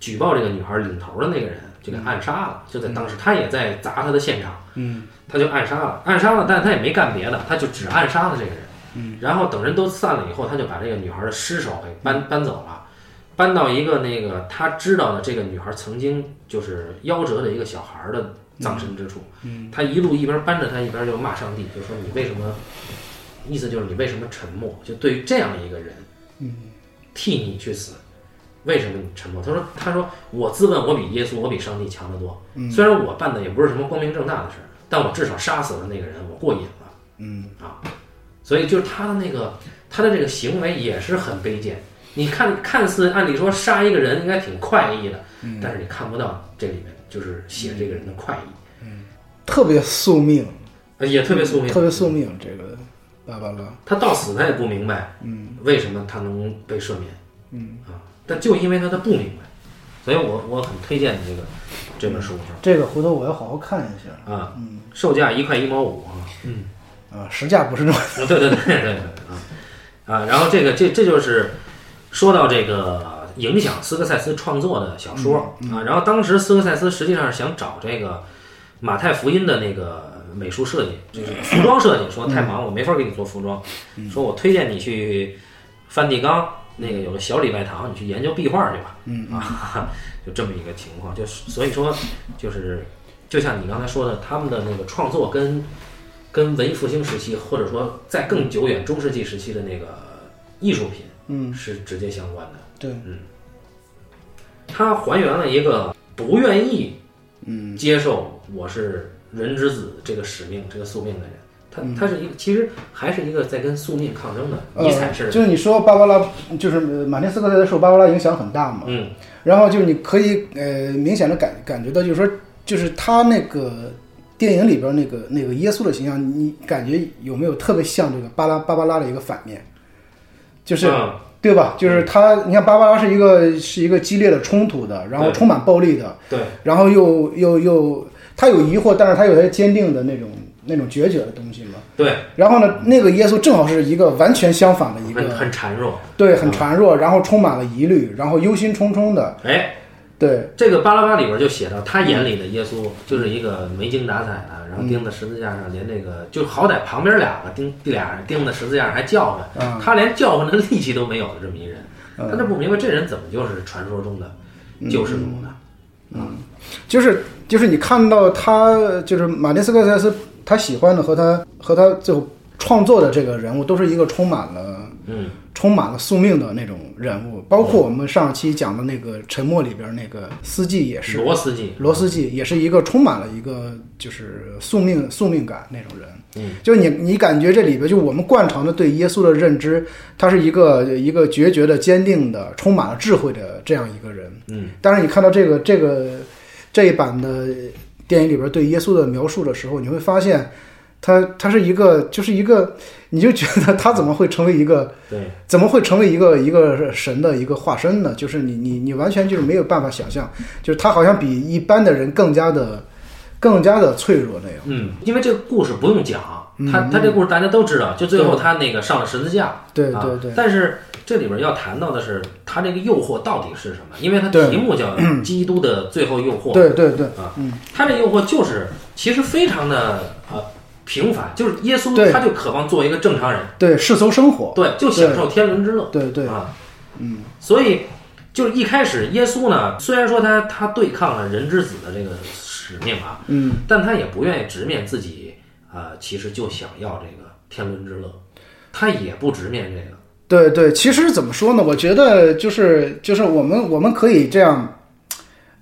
举报这个女孩领头的那个人就给暗杀了，就在当时他也在砸他的现场，
嗯
他就暗杀了，暗杀了，但是他也没干别的，他就只暗杀了这个人。
嗯
然后等人都散了以后，他就把这个女孩的尸首给
嗯
搬搬走了，搬到一个那个他知道的这个女孩曾经就是夭折的一个小孩的葬身之处。
嗯
他一路一边搬着他，一边就骂上帝，就说你为什么？意思就是你为什么沉默？就对于这样一个人，替你去死，为什么你沉默？他说：“他说我自问我比耶稣，我比上帝强得多。虽然我办的也不是什么光明正大的事，但我至少杀死了那个人，我过瘾了。”嗯啊，所以就是他的那个他的这个行为也是很卑贱。你看，看似按理说杀一个人应该挺快意的，但是你看不到这里面就是写这个人的快意，
特别宿命，
呃也特别聪明。
特别宿命。这个芭芭拉，
他到死他也不明白，嗯，为什么他能被赦免，嗯啊，但就因为他他不明白，所以我我很推荐这个这本书
这个回头我要好好看一下
啊，售价一块一毛五啊，
啊，实价不是那么
对对对对对啊啊，然后这个这这就是说到这个影响斯科塞斯创作的小说、啊，然后当时斯科塞斯实际上是想找这个马太福音的那个美术设计，就是服装设计，说太忙了，我没法给你做服装，说我推荐你去梵蒂冈那个有个小礼拜堂，你去研究壁画去吧，嗯啊， 就这么一个情况，就是所以说就是就像你刚才说的，他们的那个创作跟跟文艺复兴时期，或者说在
嗯
更久远中世纪时期的那个艺术品，嗯，是直接相关的。嗯
对，
它还原了一个不愿意，嗯，接受我是人之子这个使命、这个宿命的人。他他是一个，其实还是一个在跟宿命抗争的。 尼
嗯
采
呃、
是，
就是你说芭芭拉，就是呃马丁斯科塞斯受芭芭拉影响很大嘛，
嗯，
然后就是你可以呃明显的感感觉到，就是说，就是他那个电影里边那个那个耶稣的形象，你感觉有没有特别像这个巴拉芭芭拉的一个反面？就是、
嗯
对吧？就是他，你看芭芭拉是一个是一个激烈的冲突的，然后
对
充满暴力的，
对
然后又又又他有疑惑，但是他有他坚定的那种那种决绝的东西嘛。
对，
然后呢，那个耶稣正好是一个完全相反的一
很
个，
很孱弱。
对，很孱弱，然后充满了疑虑，然后忧心忡忡的，
哎，
对，
这个巴拉巴里边就写到，他眼里的耶稣就是一个没精打采的，然后钉在十字架上，连这个就好歹旁边俩个钉俩人钉在十字架上还叫唤，
嗯
他连叫唤的力气都没有的这么一人，他这不明白这人怎么就是传说中的救世主呢？
就是就是你看到他就是马丁斯科塞斯他喜欢的和他和他最后创作的这个人物都是一个充满了
嗯，
充满了宿命的那种人物，包括我们上期讲的那个《沉默》里边那个司机也是，
罗斯基，
罗斯基也是一个充满了一个就是宿命宿命感那种人。
嗯，
就是你你感觉这里边就我们惯常的对耶稣的认知，他是一个一个决绝的、坚定的、充满了智慧的这样一个人。
嗯，
但是你看到这个这个这一版的电影里边对耶稣的描述的时候，你会发现他他是一个就是一个，你就觉得他怎么会成为一个
对，
怎么会成为一个一个神的一个化身呢？就是你你你完全就是没有办法想象，就是他好像比一般的人更加的更加的脆弱那样。
嗯，因为这个故事不用讲，他他这故事大家都知道，就最后他那个上了十字架，
对
啊
对对
但是这里边要谈到的是，他这个诱惑到底是什么？因为他
对
题 目叫《基督的最后诱惑》，
对对对，
他这诱惑就是其实非常的呃平凡，就是耶稣
对
他就渴望做一个正常人，
对世俗生活，
对，就享受天伦之乐，
对对
啊，嗯，所以就是一开始耶稣呢，虽然说他他对抗了人之子的这个使命啊，
嗯，
但他也不愿意直面自己啊、呃其实就想要这个天伦之乐，他也不直面这个，
对对。其实怎么说呢？我觉得就是就是我们我们可以这样，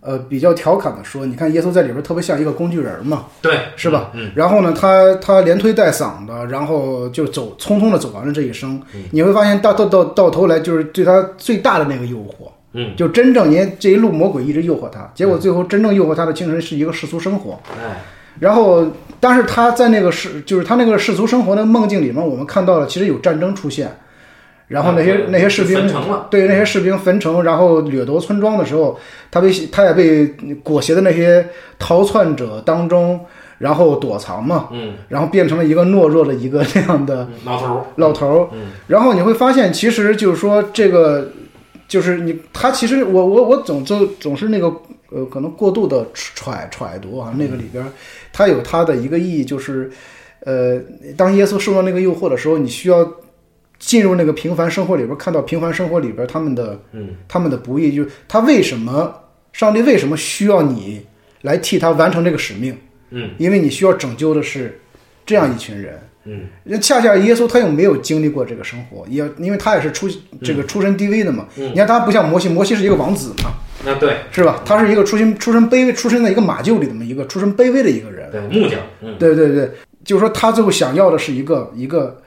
呃，比较调侃的说，你看耶稣在里边特别像一个工具人嘛，
对，
是吧？
嗯，
然后呢，他他连推带搡的，然后就走匆匆的走完了这一生。
嗯
你会发现到到到到头来，就是对他最大的那个诱惑，
嗯，
就真正您这一路魔鬼一直诱惑他，结果最后真正诱惑他的精神是一个世俗生活。
哎，
然后，但是他在那个世，就是他那个世俗生活的梦境里面，我们看到了其实有战争出现，然后那些、
嗯
那些士兵
焚城了
对那些士兵焚城，然后掠夺村庄的时候，他被他也被裹挟的那些逃窜者当中，然后躲藏嘛，
嗯，
然后变成了一个懦弱的一个那样的
老头嗯儿，
老头儿，然后你会发现，其实就是说这个，就是你他其实我我我总总总是那个呃，可能过度的揣揣度啊，那个里边
嗯
儿它有它的一个意义，就是呃，当耶稣受到那个诱惑的时候，你需要进入那个平凡生活里边儿，看到平凡生活里边儿他们的
嗯
他们的不易，就是他为什么上帝为什么需要你来替他完成这个使命。
嗯，
因为你需要拯救的是这样一群人。
嗯，
人恰恰耶稣他又没有经历过这个生活，也因为他也是出这
嗯
个出身低微的嘛。你看他不像摩西，摩西是一个王子嘛，
那对
是吧？他是一个出身出身卑微、出身在一个马厩里的么一个出身卑微的一个人。
对木匠，嗯
对对对，就是说他最后想要的是一个一个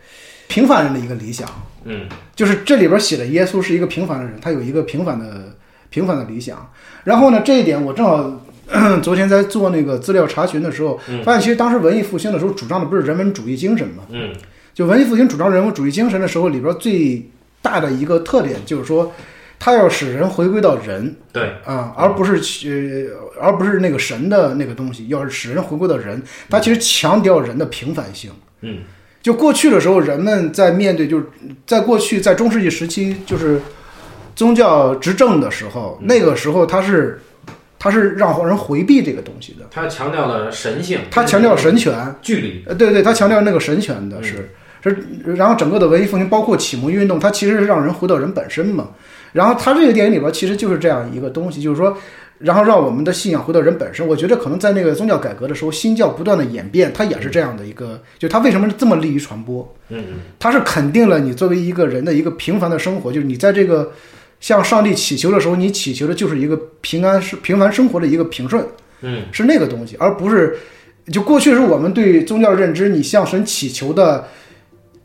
平凡人的一个理想。
嗯
就是这里边写的耶稣是一个平凡的人，他有一个平凡的平凡的理想。然后呢，这一点我正好 咳昨天在做那个资料查询的时候，发现其实当时文艺复兴的时候主张的不是人文主义精神嘛，
嗯
就文艺复兴主张人文主义精神的时候，里边最大的一个特点就是说，它要使人回归到人
嗯对，
啊、而不是去呃，而不是那个神的那个东西，要是使人回归到人，它其实强调人的平凡性。
嗯
就过去的时候，人们在面对就是在过去在中世纪时期，就是宗教执政的时候，那个时候他是他是让人回避这个东西的，
他强调了神性，
他强调神权，
距离，
呃，对对，他强调那个神权的是是，然后整个的文艺复兴包括启蒙运动，它其实是让人回到人本身嘛。然后他这个电影里边其实就是这样一个东西，就是说，然后让我们的信仰回到人本身。我觉得可能在那个宗教改革的时候，新教不断的演变，它也是这样的一个，就它为什么这么利于传播？
嗯
它是肯定了你作为一个人的一个平凡的生活，就是你在这个向上帝祈求的时候，你祈求的就是一个平安、是平凡生活的一个平顺，
嗯
是那个东西，而不是就过去是我们对宗教认知，你向神祈求的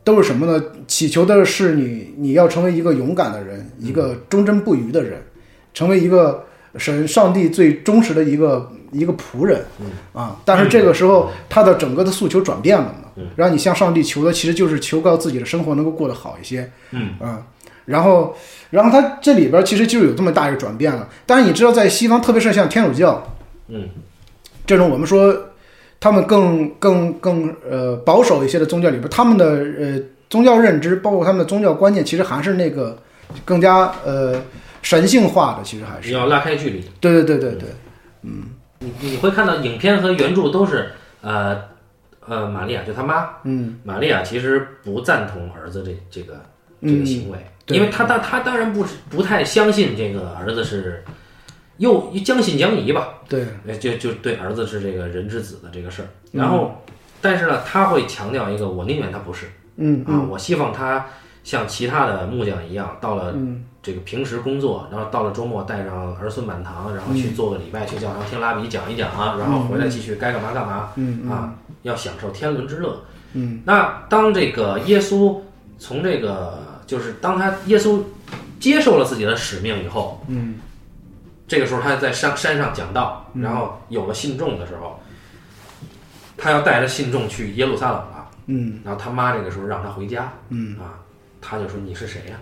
都是什么呢？祈求的是你你要成为一个勇敢的人，一个忠贞不渝的人，成为一个神上帝最忠实的一个一个仆人啊。但是这个时候，他的整个的诉求转变了嘛，然后你向上帝求的其实就是求告自己的生活能够过得好一些，
嗯
啊。然后，然后他这里边其实就有这么大一个转变了。但是你知道，在西方，特别是像天主教，
嗯
这种我们说他们更更更呃保守一些的宗教里边，他们的呃宗教认知，包括他们的宗教观念，其实还是那个更加呃神性化的，其实还
嗯你
是
要拉开距离，
对对对对对，
你你会看到影片和原著都是呃呃玛利亚就他妈，
嗯，
玛利亚其实不赞同儿子这这个这个
嗯
行为，
对
因为他当他当然不是不太相信这个儿子是又将信将疑吧，
对，
呃，就就对儿子是这个人之子的这个事儿。然后，但是呢，他会强调一个，我宁愿他不是
嗯
啊，我希望他像其他的木匠一样，到了
嗯
这个平时工作，然后到了周末带上儿孙满堂，
嗯
然后去做个礼拜，去教堂听拉比讲一讲啊，然后回来继续该干嘛干嘛
嗯
啊，要享受天伦之乐。
嗯，
那当这个耶稣从这个就是当他耶稣接受了自己的使命以后，
嗯
这个时候他在山山上讲道，然后有了信众的时候，他要带着信众去耶路撒冷了。
嗯
然后他妈这个时候让他回家，
嗯
啊，他就说你是谁呀、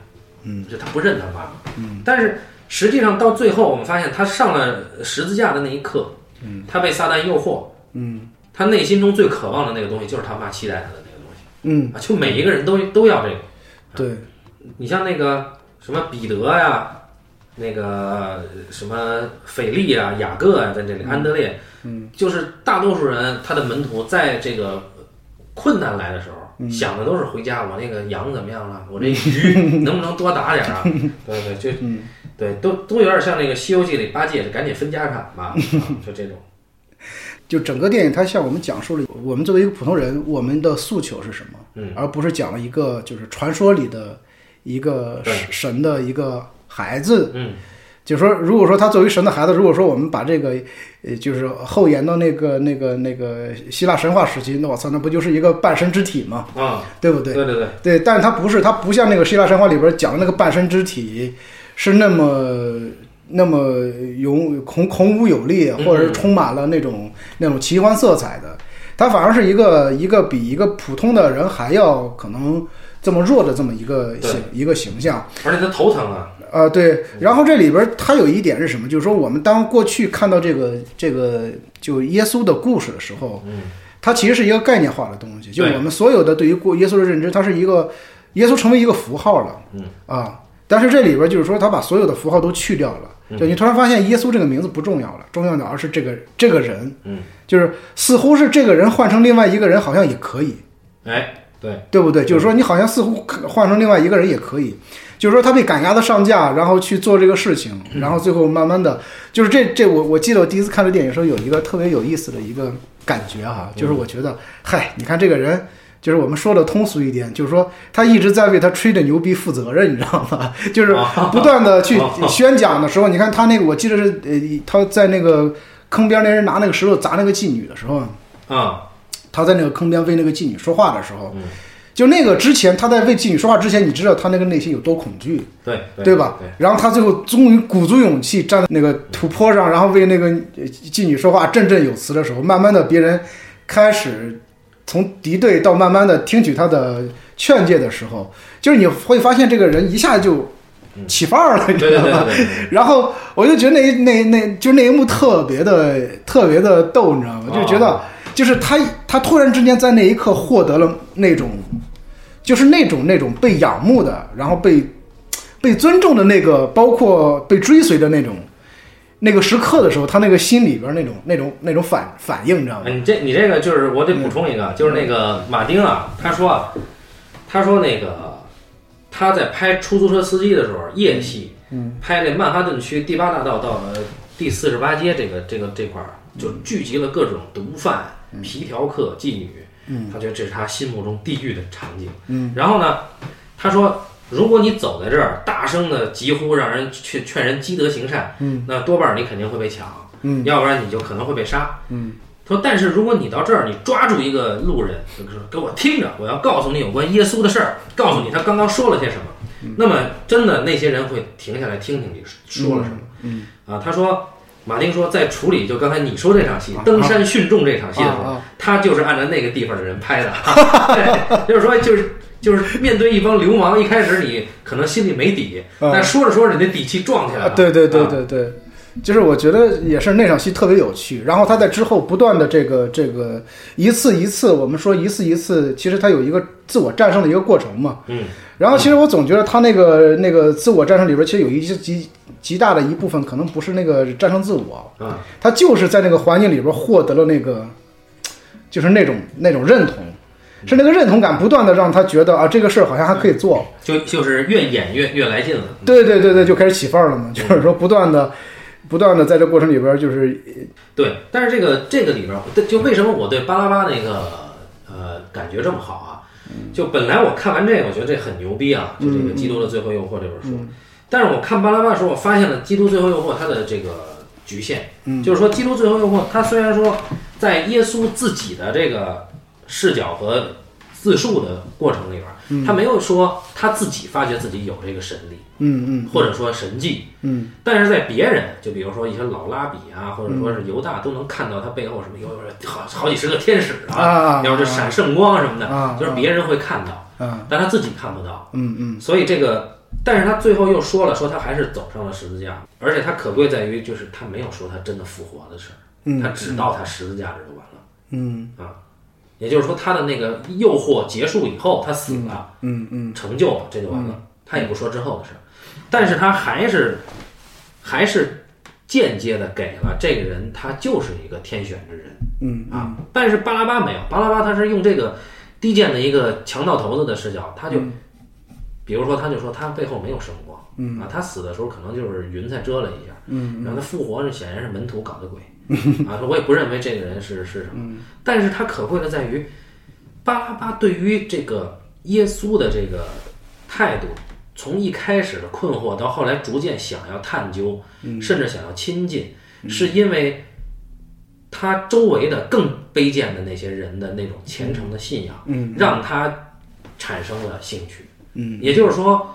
嗯，就他不认他妈。嗯，但是实际上到最后，我们发现他上了十字架的那一刻，嗯，他被撒旦诱惑，
嗯
他内心中最渴望的那个东西就是他妈期待他的那个东西
嗯，
啊，就每一个人都都要这个。
对，
你像那个什么彼得呀、那个什么斐利啊、雅各啊，在这里安德烈，嗯，就是大多数人他的门徒在这个困难来的时候，
嗯
想的都是回家，我那个羊怎么样了？我这鱼能不能多打点 啊？对对，就、
嗯
对，都都有点像那个《西游记》里八戒，赶紧分家产 吧，啊就这种，
就整个电影它向我们讲述了我们作为一个普通人，我们的诉求是什么，
嗯
而不是讲了一个就是传说里的一个
对
神的一个孩子
嗯
就是说，如果说他作为神的孩子，如果说我们把这个，呃，就是后延到那个、那个、那个希腊神话时期，那我操，那不就是一个半身之体吗？
啊，
对不对？
对对对，
对，但是它不是，它不像那个希腊神话里边讲的那个半身之体是那么那么勇孔孔武有力，
嗯
或者是充满了那种那种奇幻色彩的。它反而是一个一个比一个普通的人还要可能这么弱的这么一个
对
形一个形象。
而且他头疼啊，
啊，对。然后这里边儿它有一点是什么？就是说我们当过去看到这个这个就耶稣的故事的时候，
嗯
它其实是一个概念化的东西，就是
对
我们所有的对于过耶稣的认知，它是一个耶稣成为一个符号了，
嗯
啊。但是这里边儿就是说，他把所有的符号都去掉
嗯
了，就你突然发现耶稣这个名字不重要了，重要的而是这个这个人，
嗯，
就是似乎是这个人换成另外一个人好像也可以，
哎，对，
对不对？就是说，你好像似乎换成另外一个人也可以，就是说他被赶鸭子上架，然后去做这个事情，然后最后慢慢的，就是这这我我记得我第一次看这电影的时候有一个特别有意思的一个感觉哈、就是我觉得，嗨，你看这个人。就是我们说的通俗一点，就是说他一直在为他吹的牛逼负责任，你知道吗？ 就是不断的去宣讲的时候，你看他那个，我记得是呃，他在那个坑边那人拿那个石头砸那个妓女的时候，
啊，
他在那个坑边为那个妓女说话的时
嗯
候，就那个之前他在为妓女说话之前，你知道他那个内心有多恐惧，
对
对吧？
对，
然后他最后终于鼓足勇气站在那个土坡上，然后为那个呃妓女说话振振有词的时候，慢慢的别人开始从敌对到慢慢的听取他的劝诫的时候，就是你会发现这个人一下就
嗯
起范儿了，你
对对
知道
对
吗？
对对，
然后我就觉得那一那那就那一幕特别的特别的逗，你知道吗？就觉得
啊
就是他他突然之间在那一刻获得了那种，就是那种那种被仰慕的，然后被被尊重的那个，包括被追随的那种那个时刻的时候，他那个心里边那种那种那种反反应，你知道吗？
哎你这你这个就是我得补充一个，啊就是那个马丁啊，他说啊，他说那个他在拍出租车司机的时候，夜戏，拍那曼哈顿区第八大道到呃第四十八街这个这个这块儿，就聚集了各种毒贩、皮条客、妓女，他觉得这是他心目中地狱的场景。然后呢，他说，如果你走在这儿，大声的疾呼，让人劝劝人积德行善，那多半儿你肯定会被抢，要不然你就可能会被杀，他嗯说，但是如果你到这儿，你抓住一个路人，就是说给我听着，我要告诉你有关耶稣的事儿，告诉你他刚刚说了些什么。嗯那么真的那些人会停下来听听你说了什么。嗯啊，他说，马丁说，在处理就刚才你说这场戏
啊
登山训众这场戏的时
啊
候
啊，
他就是按照那个地方的人拍的， 对， 就是说就是。就是面对一帮流氓，一开始你可能心里没底，
啊
但说着说着，你的底气壮起来
啊
了。，
对对对
啊，
对对，就是我觉得也是那场戏特别有趣。然后他在之后不断的这个这个一次一次，我们说一次一次，其实他有一个自我战胜的一个过程嘛。
嗯，
然后其实我总觉得他那个那个自我战胜里边，其实有一些极极大的一部分可能不是那个战胜自我，
啊，
他就是在那个环境里边获得了那个，就是那种那种认同。是那个认同感不断的让他觉得啊，这个事儿好像还可以做，
就就是越演越越来劲了。
对对对对，就开始起范儿了嘛，就是说不断的、不断的在这过程里边，就是
对，但是这个这个里边儿，对就为什么我对巴拉巴那个呃感觉这么好啊？就本来我看完这个，我觉得这很牛逼啊，就这个《基督的最后诱惑》这本书。但是我看巴拉巴的时候，我发现了《基督最后诱惑》它的这个局限，就是说《基督最后诱惑》它虽然说在耶稣自己的这个视角和自述的过程里边儿，他没有说他自己发觉自己有这个神力，
嗯嗯
或者说神迹，嗯，但是在别人，就比如说一些老拉比啊，或者说是犹大，都能看到他背后什么有有好好几十个天使
啊
要是闪圣光什么
啊
的，就是别人会看到，
啊
但他自己看不到，
嗯嗯，
所以这个，但是他最后又说了，说他还是走上了十字架，而且他可贵在于就是他没有说他真的复活的事
嗯
儿，他只到他十字架这儿就完了，嗯啊，也就是说他的那个诱惑结束以后，他死了，
嗯嗯，
成就了，这就完了。他也不说之后的事儿，但是他还是还是间接的给了这个人，他就是一个天选之人，
嗯
啊。但是巴拉巴没有，巴拉巴他是用这个低贱的一个强盗头子的视角，他就、比如说他就说他背后没有圣光，嗯啊，他死的时候可能就是云彩遮了一下，嗯，然后他复活是显然是门徒搞的鬼， 啊，说我也不认为这个人是是什么，但是他可贵的在于。巴拉巴对于这个耶稣的这个态度，从一开始的困惑到后来逐渐想要探究，甚至想要亲近，是因为他周围的更卑贱的那些人的那种虔诚的信仰，
嗯
让他产生了兴趣。嗯，也就是说，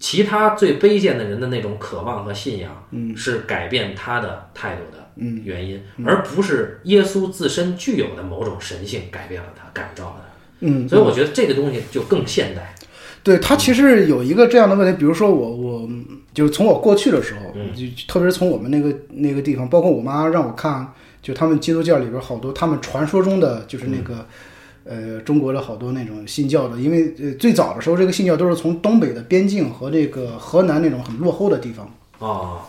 其他最卑贱的人的那种渴望和信仰，
嗯
是改变他的态度的原因，而不是耶稣自身具有的某种神性改变了他，改造了他。嗯，所以我觉得这个东西就更现代。
对他其实有一个这样的问题，比如说我我就是从我过去的时候，就特别是从我们那个那个地方，包括我妈让我看，就他们基督教里边好多他们传说中的就是那个。呃，中国的好多那种信教的，因为呃最早的时候，这个信教都是从东北的边境和这个河南那种很落后的地方，
哦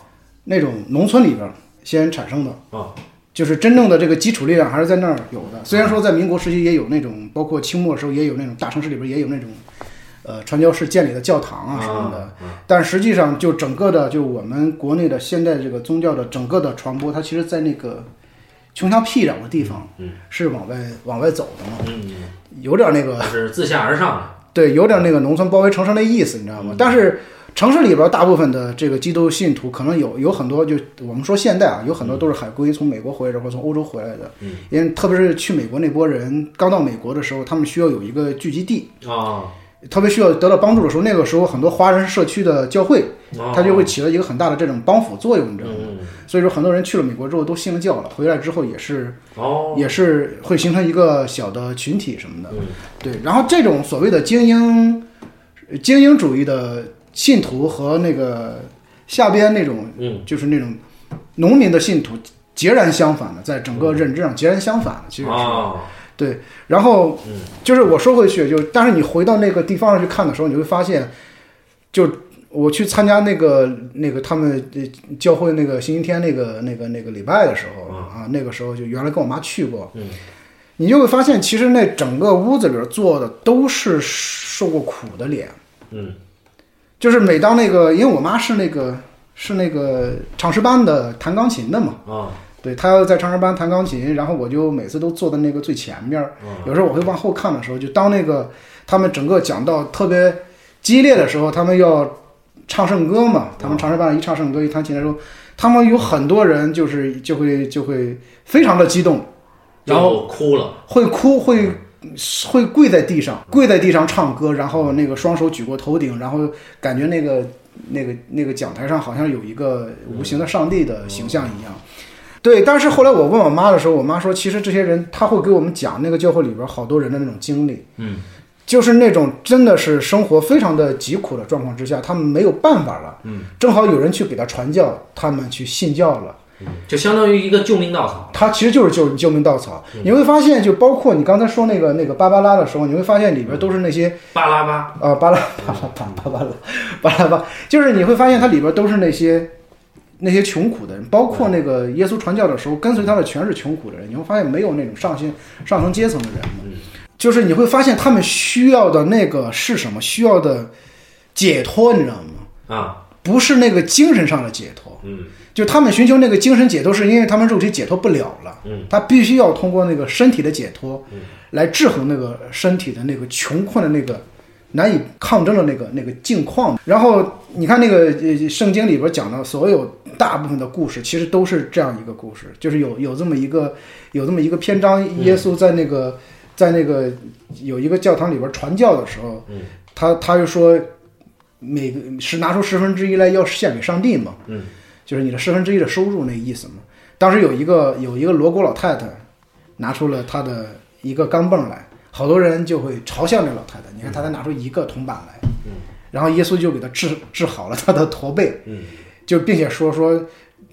那种农村里边先产生的。
哦，
就是真正的这个基础力量还是在那儿有的。虽然说在民国时期也有那种，包括清末的时候也有那种大城市里边也有那种，呃，传教士建立的教堂啊什么的，但实际上就整个的就我们国内的现在这个宗教的整个的传播，它其实在那个穷乡僻壤的地方，是往外往外走的嘛，
嗯，
有点那个
就是自下而上的，
对，有点那个农村包围城市那意思，你知道吗？
嗯
但是城市里边大部分的这个基督信徒，可能有有很多就我们说现代啊，有很多都是海归从美国回来的或者从欧洲回来的，
嗯
因为特别是去美国那波人刚到美国的时候，他们需要有一个聚集地，
哦，
特别需要得到帮助的时候，那个时候很多华人社区的教会，
哦
它就会起了一个很大的这种帮扶作用，你知道吗？
嗯，
所以说很多人去了美国之后都信了教了，回来之后也是
哦，
也是会形成一个小的群体什么的。
嗯
对，然后这种所谓的精英呃精英主义的信徒和那个下边那种
嗯，
就是那种农民的信徒截然相反的，在整个认知上截然相反的，其实是。
哦，
对，然后
嗯
就是我说回去，就但是你回到那个地方上去看的时候，你会发现，就我去参加那个那个他们呃教会那个星期天那个那个那个礼拜的时候啊，那个时候就原来跟我妈去过，
嗯
你就会发现，其实那整个屋子里边坐的都是受过苦的脸，
嗯
就是每当那个，因为我妈是那个是那个唱诗班的弹钢琴的嘛，
哦，
对他要在唱诗班弹钢琴，然后我就每次都坐在那个最前面儿。
嗯
有时候我会往后看的时候，就当那个他们整个讲到特别激烈的时候，他们要唱圣歌嘛，他们唱诗班一唱圣歌一弹琴的时候，他们有很多人就是就会就会非常的激动，然后
后哭了，
会哭会。会跪在地上，跪在地上唱歌，然后那个双手举过头顶，然后感觉那个那个那个讲台上好像有一个无形的上帝的形象一样。对，但是后来我问我妈的时候，我妈说，其实这些人他会给我们讲那个教会里边好多人的那种经历，
嗯，
就是那种真的是生活非常的疾苦的状况之下，他们没有办法了，
嗯，
正好有人去给他传教，他们去信教了。
就相当于一个救命稻草，
它其实就是救救命稻草。你会发现，就包括你刚才说那个那个芭芭拉的时候，你会发现里边都是那 些
巴拉巴，
啊、巴拉巴拉巴巴拉巴拉巴，就是你会发现它里边都是那些呃那些穷苦的人，包括那个耶稣传教的时候，跟随他的全是穷苦的人。你会发现没有那种上线上层阶层的人了，就是你会发现他们需要的那个是什么？需要的解脱，你知道吗？
啊，
不是那个精神上的解脱，
嗯
就他们寻求那个精神解脱，是因为他们肉体解脱不了了，
嗯，
他必须要通过那个身体的解脱，
嗯，
来制衡那个身体的那个穷困的那个难以抗争的那个那个境况。然后你看那个呃圣经里边讲的所有大部分的故事，其实都是这样一个故事，就是有有这么一个有这么一个篇章，
嗯
耶稣在那个、在那个有一个教堂里边传教的时候，
嗯
他他就说每个是拿出十分之一来要献给上帝嘛。
嗯
就是你的十分之一的收入那意思嘛。当时有一个有一个罗锅老太太拿出了她的一个钢镚来，好多人就会嘲笑那老太太。你看她才拿出一个铜板来，然后耶稣就给她治治好了她的驼背，
嗯
就并且说说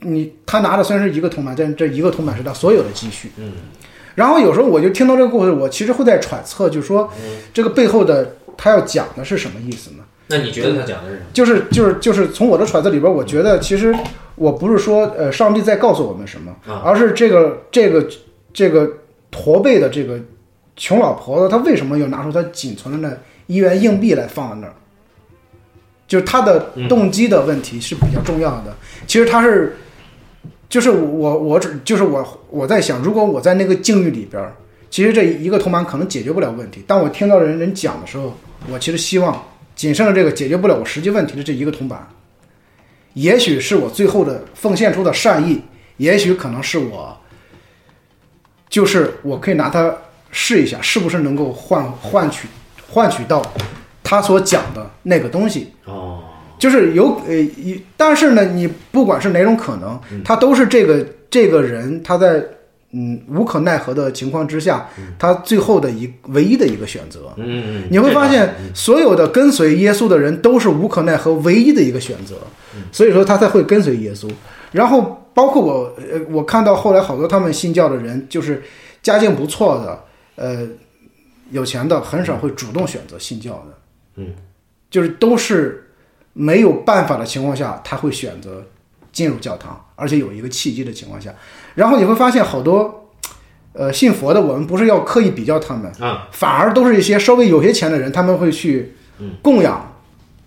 你她拿的虽然是一个铜板，但这一个铜板是她所有的积蓄。
嗯
然后有时候我就听到这个故事，我其实会在揣测，就是说
嗯
这个背后的他要讲的是什么意思呢？
那你觉得他讲的是什么？
就是就是就是从我的揣测里边，我觉得其实我不是说呃上帝在告诉我们什么，
啊
而是这个这个这个驼背的这个穷老婆子，她为什么要拿出她仅存的那一元硬币来放在那儿？就是她的动机的问题是比较重要的。其实她是，就是我我只就是我我在想，如果我在那个境遇里边儿，其实这一个铜板可能解决不了问题。当我听到人人讲的时候，我其实希望仅剩的这个解决不了我实际问题的这一个铜板，也许是我最后的奉献出的善意，也许可能是我，就是我可以拿它试一下，是不是能够换换取换取到他所讲的那个东西。
哦，
就是有呃，一但是呢，你不管是哪种可能，他都是这个这个人他在嗯无可奈何的情况之下，他最后的一唯一的一个选择。
嗯，
你会发现，所有的跟随耶稣的人都是无可奈何唯一的一个选择，
嗯
所以说他才会跟随耶稣。然后包括我，呃，我看到后来好多他们信教的人，就是家境不错的，呃，有钱的，很少会主动选择信教的，
嗯，
就是都是没有办法的情况下，他会选择进入教堂，而且有一个契机的情况下，然后你会发现好多，呃，信佛的我们不是要刻意比较他们，
啊，
反而都是一些稍微有些钱的人，他们会去供养，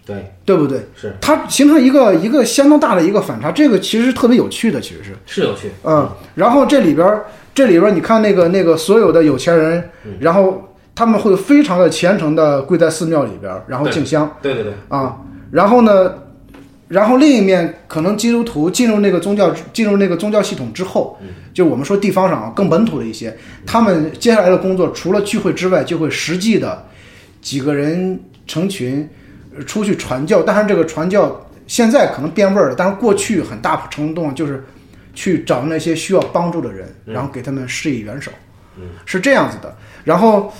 对，
对不对？
嗯是
它形成一个一个相当大的一个反差，这个其实是特别有趣的，其实是。
是有趣，
嗯，然后这里边儿，这里边儿你看那个那个所有的有钱人，
嗯
然后他们会非常的虔诚的跪在寺庙里边儿，然后敬香
对对对，
啊，然后呢，然后另一面可能基督徒进入那个宗教进入那个宗教系统之后，
嗯
就我们说地方上啊更本土的一些，他们接下来的工作除了聚会之外，就会实际的几个人成群呃出去传教，但是这个传教现在可能变味儿了，但是过去很大程度上就是去找那些需要帮助的人，然后给他们施以援手，是这样子的。然后，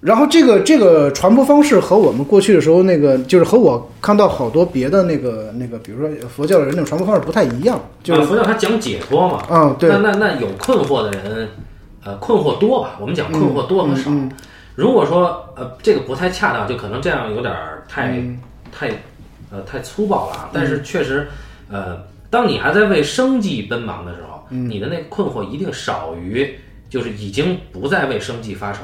然后这个这个传播方式和我们过去的时候那个，就是和我看到好多别的那个那个，比如说佛教的人那种传播方式不太一样，就
啊
是
佛教它讲解脱嘛，
嗯，对
那，那那有困惑的人，呃，困惑多吧？我们讲困惑多和少。
嗯
如果说呃这个不太恰当，就可能这样有点儿太、
嗯
太呃太粗暴了啊。但是确实，呃，当你还在为生计奔忙的时候，
嗯
你的那个困惑一定少于就是已经不再为生计发愁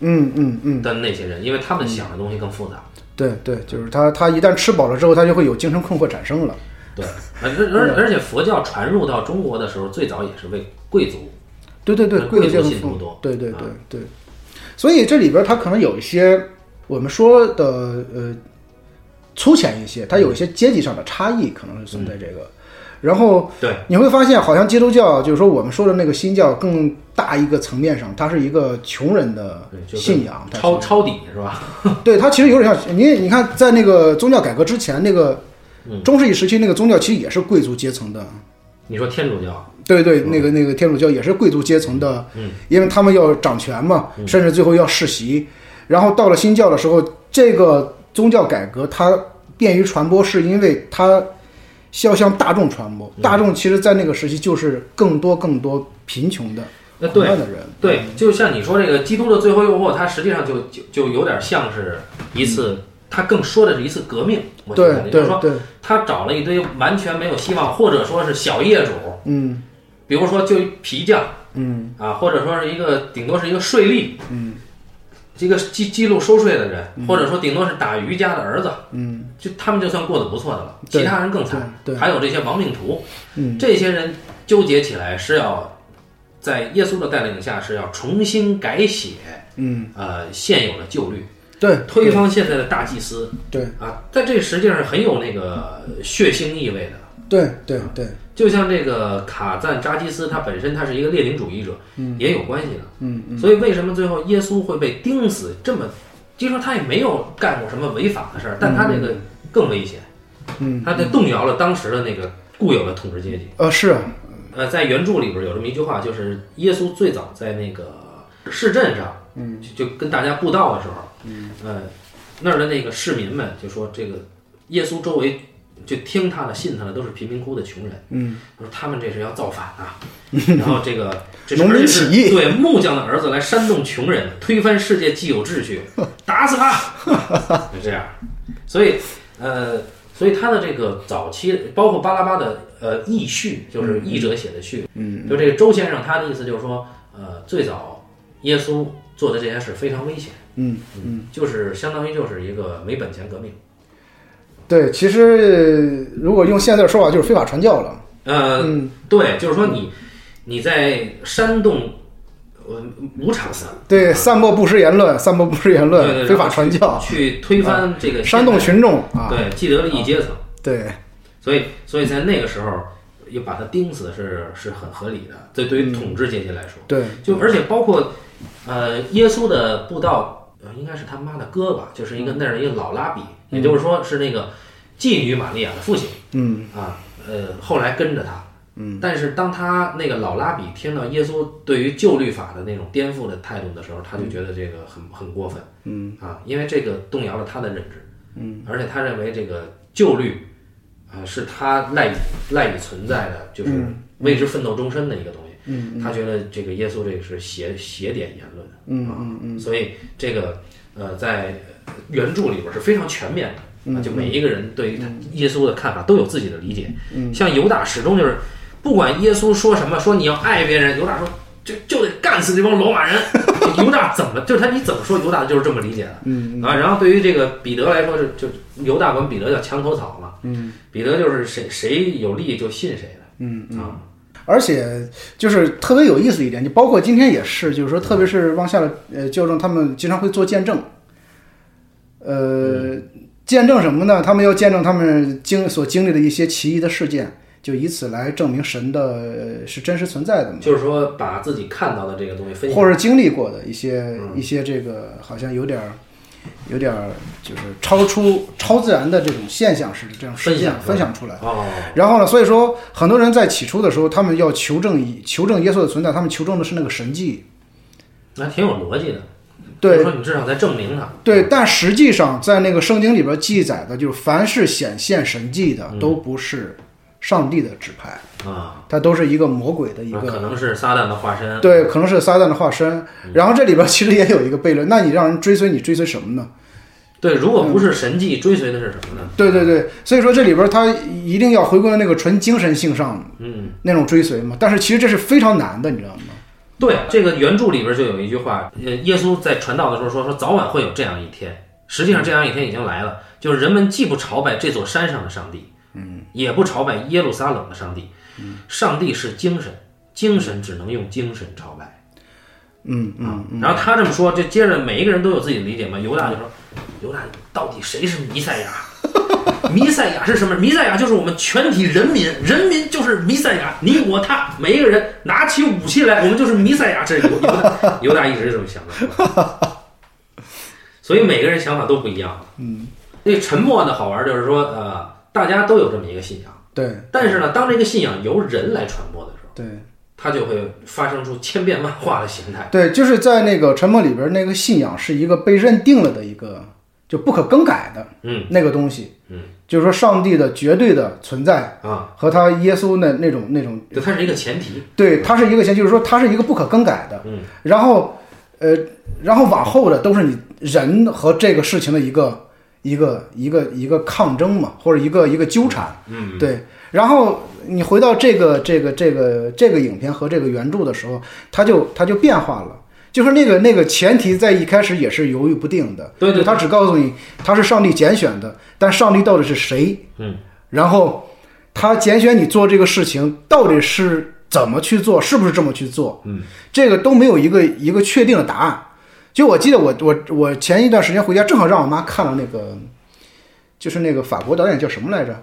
嗯嗯嗯，
的那些人，因为他们想的东西更复 杂。
对对，就是他他一旦吃饱了之后，他就会有精神困惑产生了。
对，而而而且佛教传入到中国的时候，最早也是为贵族。
对对对，
对
贵
贵
族阶
族
层
信徒多啊
对对对对，所以这里边它可能有一些我们说的呃粗浅一些，它有一些阶级上的差异，可能是存在
嗯
这个。然后
对，
你会发现，好像基督教就是说我们说的那个新教更大一个层面上，它是一个穷人的
对就
信仰，它
啊抄抄底是吧？
对它其实有点像你，你看在那个宗教改革之前，那个
嗯
中世纪时期那个宗教其实也是贵族阶层的。
你说天主教，
对对，那个那个天主教也是贵族阶层的，
嗯
因为他们要掌权嘛，甚至最后要世袭。然后到了新教的时候，这个宗教改革它便于传播，是因为它要向大众传播。
嗯
大众其实，在那个时期就是更多更多贫穷的、
那
苦
对，
难的人。
对，就像你说这个《基督的最后诱惑》，它实际上就就就有点像是一次，它更说的是一次革命。我觉得，
对
也就是
对
说，
对，
他找了一堆完全没有希望，或者说是小业主，
嗯
比如说就皮匠
嗯
啊，或者说是一个顶多是一个税吏，嗯，一个记记录收税的人，或者说顶多是打渔家的儿子，
嗯，
就他们就算过得不错的了，
对
其他人更惨。
对对
还有这些亡命徒，
嗯，
这些人纠结起来是要在耶稣的带领下是要重新改写，
嗯，
呃，现有的旧律，
对，
推翻现在的大祭司
对
啊，在这实际上是很有那个血腥意味的。
对对对，
就像这个卡赞扎基斯，他本身他是一个列宁主义者，也有关系的。
嗯
所以为什么最后耶稣会被钉死？这么，就说他也没有干过什么违法的事儿，但他这个更危险，
嗯，
他这动摇了当时的那个固有的统治阶级。
呃是啊，
呃，在原著里边有这么一句话，就是耶稣最早在那个市镇上，嗯，就就跟大家布道的时候，嗯，呃，那儿的那个市民们就说，这个耶稣周围就听他的、信他的都是贫民窟的穷人，嗯，他说他们这是要造反 啊，然后这个这是
农民
而且是
起义
对木匠的儿子来煽动穷人，推翻世界既有秩 序，打死他，就这样，所以呃，所以他的这个早期，包括巴拉巴的呃译序，就是译者写的序，嗯，就这个周先生他的意思就是说，呃，最早耶稣做的这些事非常危险，
嗯。
嗯，就是相当于就是一个没本钱革命，
对，其实呃如果用现在的说法，就是非法传教了。
呃，
嗯
对，就是说你你在煽动呃无产阶级
对，散播不实言论，散播不实言
嗯对对
论，
对
非法传教，
去推翻这个
煽动
现
群众
代
哦啊，
对既得利益阶层，
对
所以所以在那个时候又把他钉死是是很合理的，这
嗯
对于统治阶级来说。
对
就而且包括，呃，耶稣的布道，呃，应该是他妈的哥吧，就是一个那是一个老拉比，也就是说是那个妓女玛利亚的父亲，
嗯
啊，呃，后来跟着他，嗯，但是当他那个老拉比听到耶稣对于旧律法的那种颠覆的态度的时候，他就觉得这个很很过分，嗯啊，因为这个动摇了他的认知，嗯，而且他认为这个旧律，啊，是他赖以赖以存在的，就是为之奋斗终身的一个东西，嗯，他觉得这个耶稣这个是邪邪典言啊论，嗯嗯嗯，所以这个呃，在原著里边是非常全面的，嗯啊，就每一个人对于他耶稣的看法都有自己的理解。像犹大始终就是，不管耶稣说什么，说你要爱别人，犹大说就就得干死这帮罗马 人。就犹大怎么就是他你怎么说，犹大就是这么理解的。嗯啊，然后对于这个彼得来说，就就犹大管彼得叫墙头草嘛。嗯，彼得就是谁谁有利就信谁的。嗯啊，
而且就是特别有意思一点，就包括今天也是，就是说，特别是往下了呃教众，他们经常会做见证，呃，
嗯
见证什么呢？他们要见证他们经所经历的一些奇异的事件，就以此来证明神的呃是真实存在的嘛，
就是说把自己看到的这个东西分享。
或者经历过的一些
嗯
一些这个好像有点儿。有点儿就是超出超自然的这种现象式的这种事件
分
分
享
享出来，
哦，
然后呢，所以说很多人在起初的时候，他们要求证以求证耶稣的存在，他们求证的是那个神迹。
那挺有逻辑的。就是
对
说你至少在证明他。
对，但实际上在那个圣经里边记载的，就是凡是显现神迹
嗯
的，都不是上帝的指派，
啊，
它都是一个魔鬼的一
那可嗯
个。
能是撒旦的化身。
对，可能是撒旦的化身。然后这里边其实也有一个悖论，那你让人追随你追随什么呢？
对，如果不是神迹，追随的是什么呢？
对对对，所以说这里边他一定要回归到那个纯精神性上
嗯，
那种追随嘛。但是其实这是非常难的，你知道吗？
对，这个原著里边就有一句话，呃，耶稣在传道的时候说，说早晚会有这样一天。实际上，这样一天已经来了，就是人们既不朝拜这座山上的上帝，嗯，也不朝拜耶路撒冷的上帝。
嗯
上帝是精神，精神只能用精神朝拜。
嗯嗯。
啊，然后他这么说，这接着每一个人都有自己的理解嘛。犹大就说：“犹大，到底谁是弥赛亚？ 弥赛亚是什么？弥赛亚就是我们全体人民，人民就是弥赛亚，你我他，每一个人拿起武器来，我们就是弥赛亚。”这是犹犹大，犹大一直是这么想的。 所以每个人想法都不一样。嗯，那沉默呢，好玩就是说，呃，大家都有这么一个信仰，
对
但是呢，当这个信仰由人来传播的时候，
对，
它就会发生出千变万化的形态。
对，就是在那个《沉默》里边，那个信仰是一个被认定了的一个就不可更改的
嗯
那个东西，
嗯，
就是说上帝的绝对的存在
啊。
和他耶稣的那种那种，
对，它是一个前提。
对，它是一个前，就是说它是一个不可更改的，
嗯，
然后呃，然后往后的都是你人和这个事情的一个一个一个一个抗争嘛，或者一个一个纠缠，
嗯，
对，然后你回到这个这个这个这个影片和这个原著的时候，它就它就变化了。就是那个那个前提在一开始也是犹豫不定的，
对对
就他只告诉你他是上帝拣选的，但上帝到底是谁？
嗯，
然后他拣选你做这个事情到底是怎么去做，是不是这么去做？
嗯，
这个都没有一个一个确定的答案。就我记得我我我前一段时间回家，正好让我妈看了那个，就是那个法国导演叫什么来着？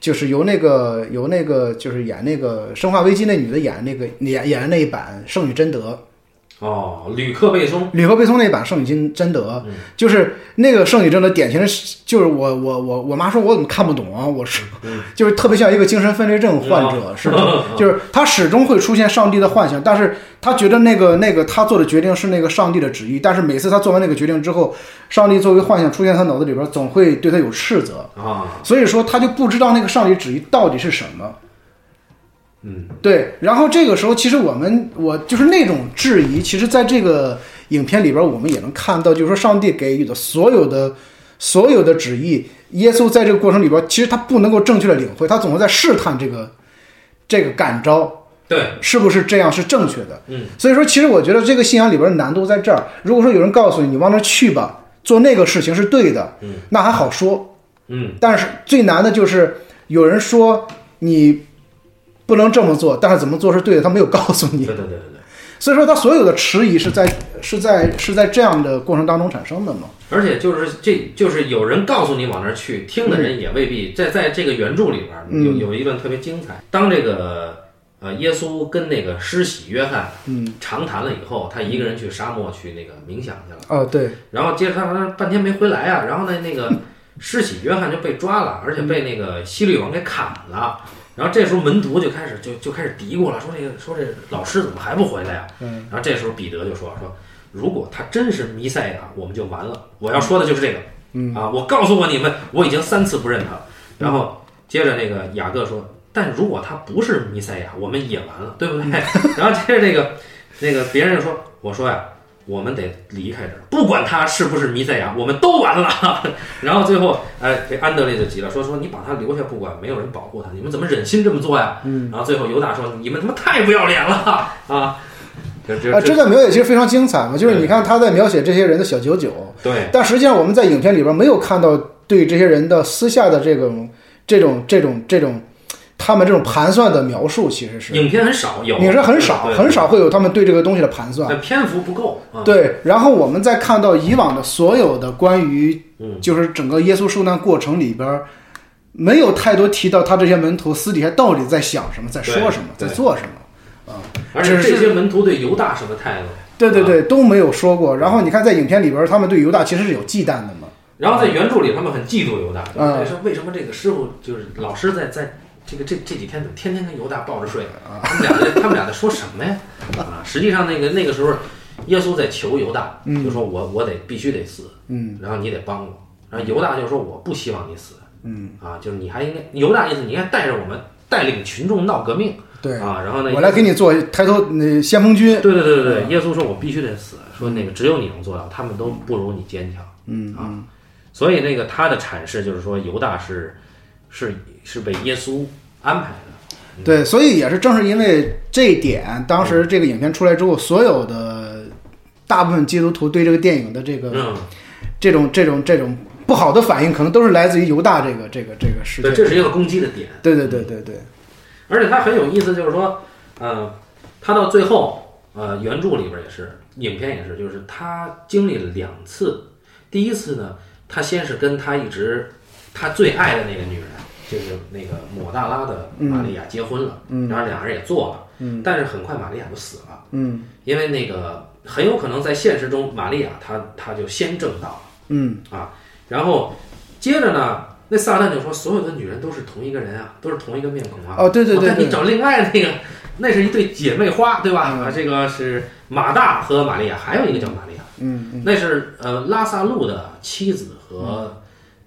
就是由那个由那个就是演那个《生化危机》那女的演那个演演的那一版《圣女贞德
哦，吕克贝松》，
吕克贝松那一版《圣女贞贞德》，就是那个《圣女贞德》典型的是，就是我我我我妈说我怎么看不懂啊？我说就是特别像一个精神分裂症患者似的，就是他始终会出现上帝的幻想，但是他觉得那个那个他做的决定是那个上帝的旨意，但是每次他做完那个决定之后，上帝作为幻想出现他脑子里边，总会对他有斥责。
啊，
所以说他就不知道那个上帝旨意到底是什么。
嗯，
对，然后这个时候，其实我们我就是那种质疑，其实在这个影片里边，我们也能看到，就是说上帝给予的所有的所有的旨意，耶稣在这个过程里边，其实他不能够正确的领会，他总是在试探这个这个感召。
对，
是不是这样是正确的？
嗯，
所以说，其实我觉得这个信仰里边的难度在这儿。如果说有人告诉你，你往那儿去吧，做那个事情是对的，嗯，那还好说，
嗯，
但是最难的就是有人说你不能这么做，但是怎么做是对的，他没有告诉
对
你。
对对对对。
所以说，他所有的迟疑是在是在是在这样的过程当中产生的嘛？
而且就是这就是有人告诉你往那儿去，听的人也未必在在这个原著里边儿有有一段特别精彩，当这个呃耶稣跟那个施洗约翰嗯长谈了以后，他一个人去沙漠去那个冥想去了，
啊，对，
然后接着他他半天没回来啊，然后呢那个施洗约翰就被抓了，而且被那个希律王给砍了。然后这时候门徒就开始就就开始嘀咕了，说这个说这老师怎么还不回来呀、啊
嗯，
然后这时候彼得就说说，如果他真是弥赛亚，我们就完了。我要说的就是这个，嗯啊，我告诉过你们，我已经三次不认他了。然后接着那个雅各说，但如果他不是 弥赛亚，我们也完了，对不对？然后接着这个那个别人就说，我说呀，我们得离开这儿，不管他是不是弥赛亚，我们都完了。 然后最后，哎，这安德烈就急了，说说你把他留下不管，没有人保护他，你们怎么忍心这么做呀？嗯。然后最后犹大说：“你们他妈太不要脸了 啊！”就就
啊，这段描写其实非常精彩嘛，就是你看他在描写这些人的小九九，
对
但实际上我们在影片里边没有看到对这些人的私下的这种、这种、这种、这种，他们这种盘算的描述，其实是
影片很少有，
你是很少
对
很，少会有他们对这个东西的盘算。
但篇幅不够啊。
对，然后我们再看到以往的所有的关于，
嗯
就是整个耶稣受难过程里边儿，没有太多提到他这些门徒私底下到底在想什么，在说什么，在
对
做什么。
而且
只是
这些门徒对犹大什么态度？
对对对，都没有说过。然后你看，在影片里边儿，他们对犹大其实是有忌惮的嘛。
然后在原著里，他们很嫉妒犹大，
嗯
对，说为什么这个师傅就是老师在在这个这这几天怎么天天跟犹大抱着睡？他们俩 在他们俩在说什么呀？啊，实际上那个那个时候，耶稣在求犹大，
嗯
就说我我得必须得死，嗯，然后你得帮我。然后犹大就说我不希望你死，嗯，啊，就是你还应该犹大意思你应该带着我们带领群众闹革命，
对，
啊，然后呢，
我来给你做抬头那先锋军。
对对对对，对，耶稣说：“我必须得死。”说那个只有你能做到，他们都不如你坚强。嗯啊，所以那个他的阐释就是说，犹大是是是被耶稣安排的。
对，所以也是正是因为这一点，当时这个影片出来之后，所有的大部分基督徒对这个电影的这个
嗯，
这种这种这种不好的反应，可能都是来自于犹大这个这个这个事
对，
件。
这是一个攻击的点。
对对对对对，
而且他很有意思，就是说，呃，他到最后，呃，原著里边也是，影片也是，就是他经历了两次。第一次呢，他先是跟他一直他最爱的那个女人，就是那个抹大拉的玛利亚结婚了，然后两人也做了，但是很快玛利亚就死了，
嗯
因为那个很有可能在现实中，玛利亚她她就先正道了。
嗯
啊，然后接着呢，那撒旦就说所有的女人都是同一个人啊，都是同一个面孔啊。
哦对对对
我看
对嗯
你找另外那个，那是一对姐妹花，对吧？啊，这个是马大和玛利亚，还有一个叫玛利亚，
嗯，
那是呃拉萨路的妻子和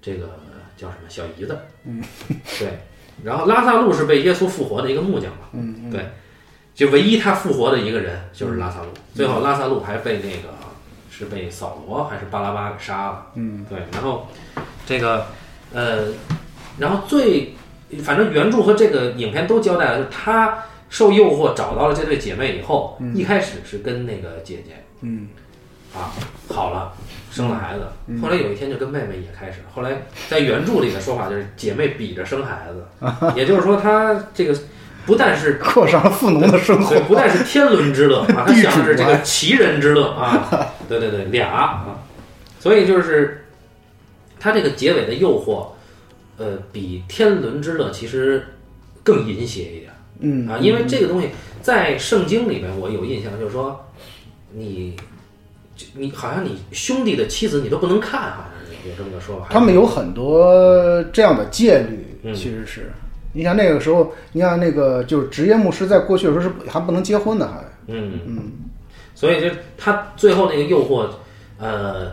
这个叫什么小姨子，嗯，对。然后拉萨路是被耶稣复活的一个木匠嘛，嗯，对，就唯一他复活的一个人就是拉萨路。最后拉萨路还被那个是被扫罗还是巴拉巴给杀了，嗯，对。然后这个呃，然后最反正原著和这个影片都交代了，就是他受诱惑找到了这对姐妹以后，一开始是跟那个姐姐，
嗯，
啊，好了，生了孩子。后来有一天就跟妹妹也开始。后来在原著里的说法就是姐妹比着生孩子，也就是说她这个不但是
过上了富农的生活
对，。不但是天伦之乐 啊，他
地
想的
主
是这
啊
个奇人之乐 啊，对对对，俩啊，所以就是他这个结尾的诱惑，呃，比天伦之乐其实更淫邪一点
嗯
啊，因为这个东西在圣经里面我有印象，就是说你就你好像你兄弟的妻子你都不能看，好像是有这么个说法，
他们有很多这样的戒律，
嗯
其实是。你想那个时候，你想那个就是职业牧师，在过去的时候是还不能结婚的，还
嗯嗯，所以就是他最后那个诱惑，呃，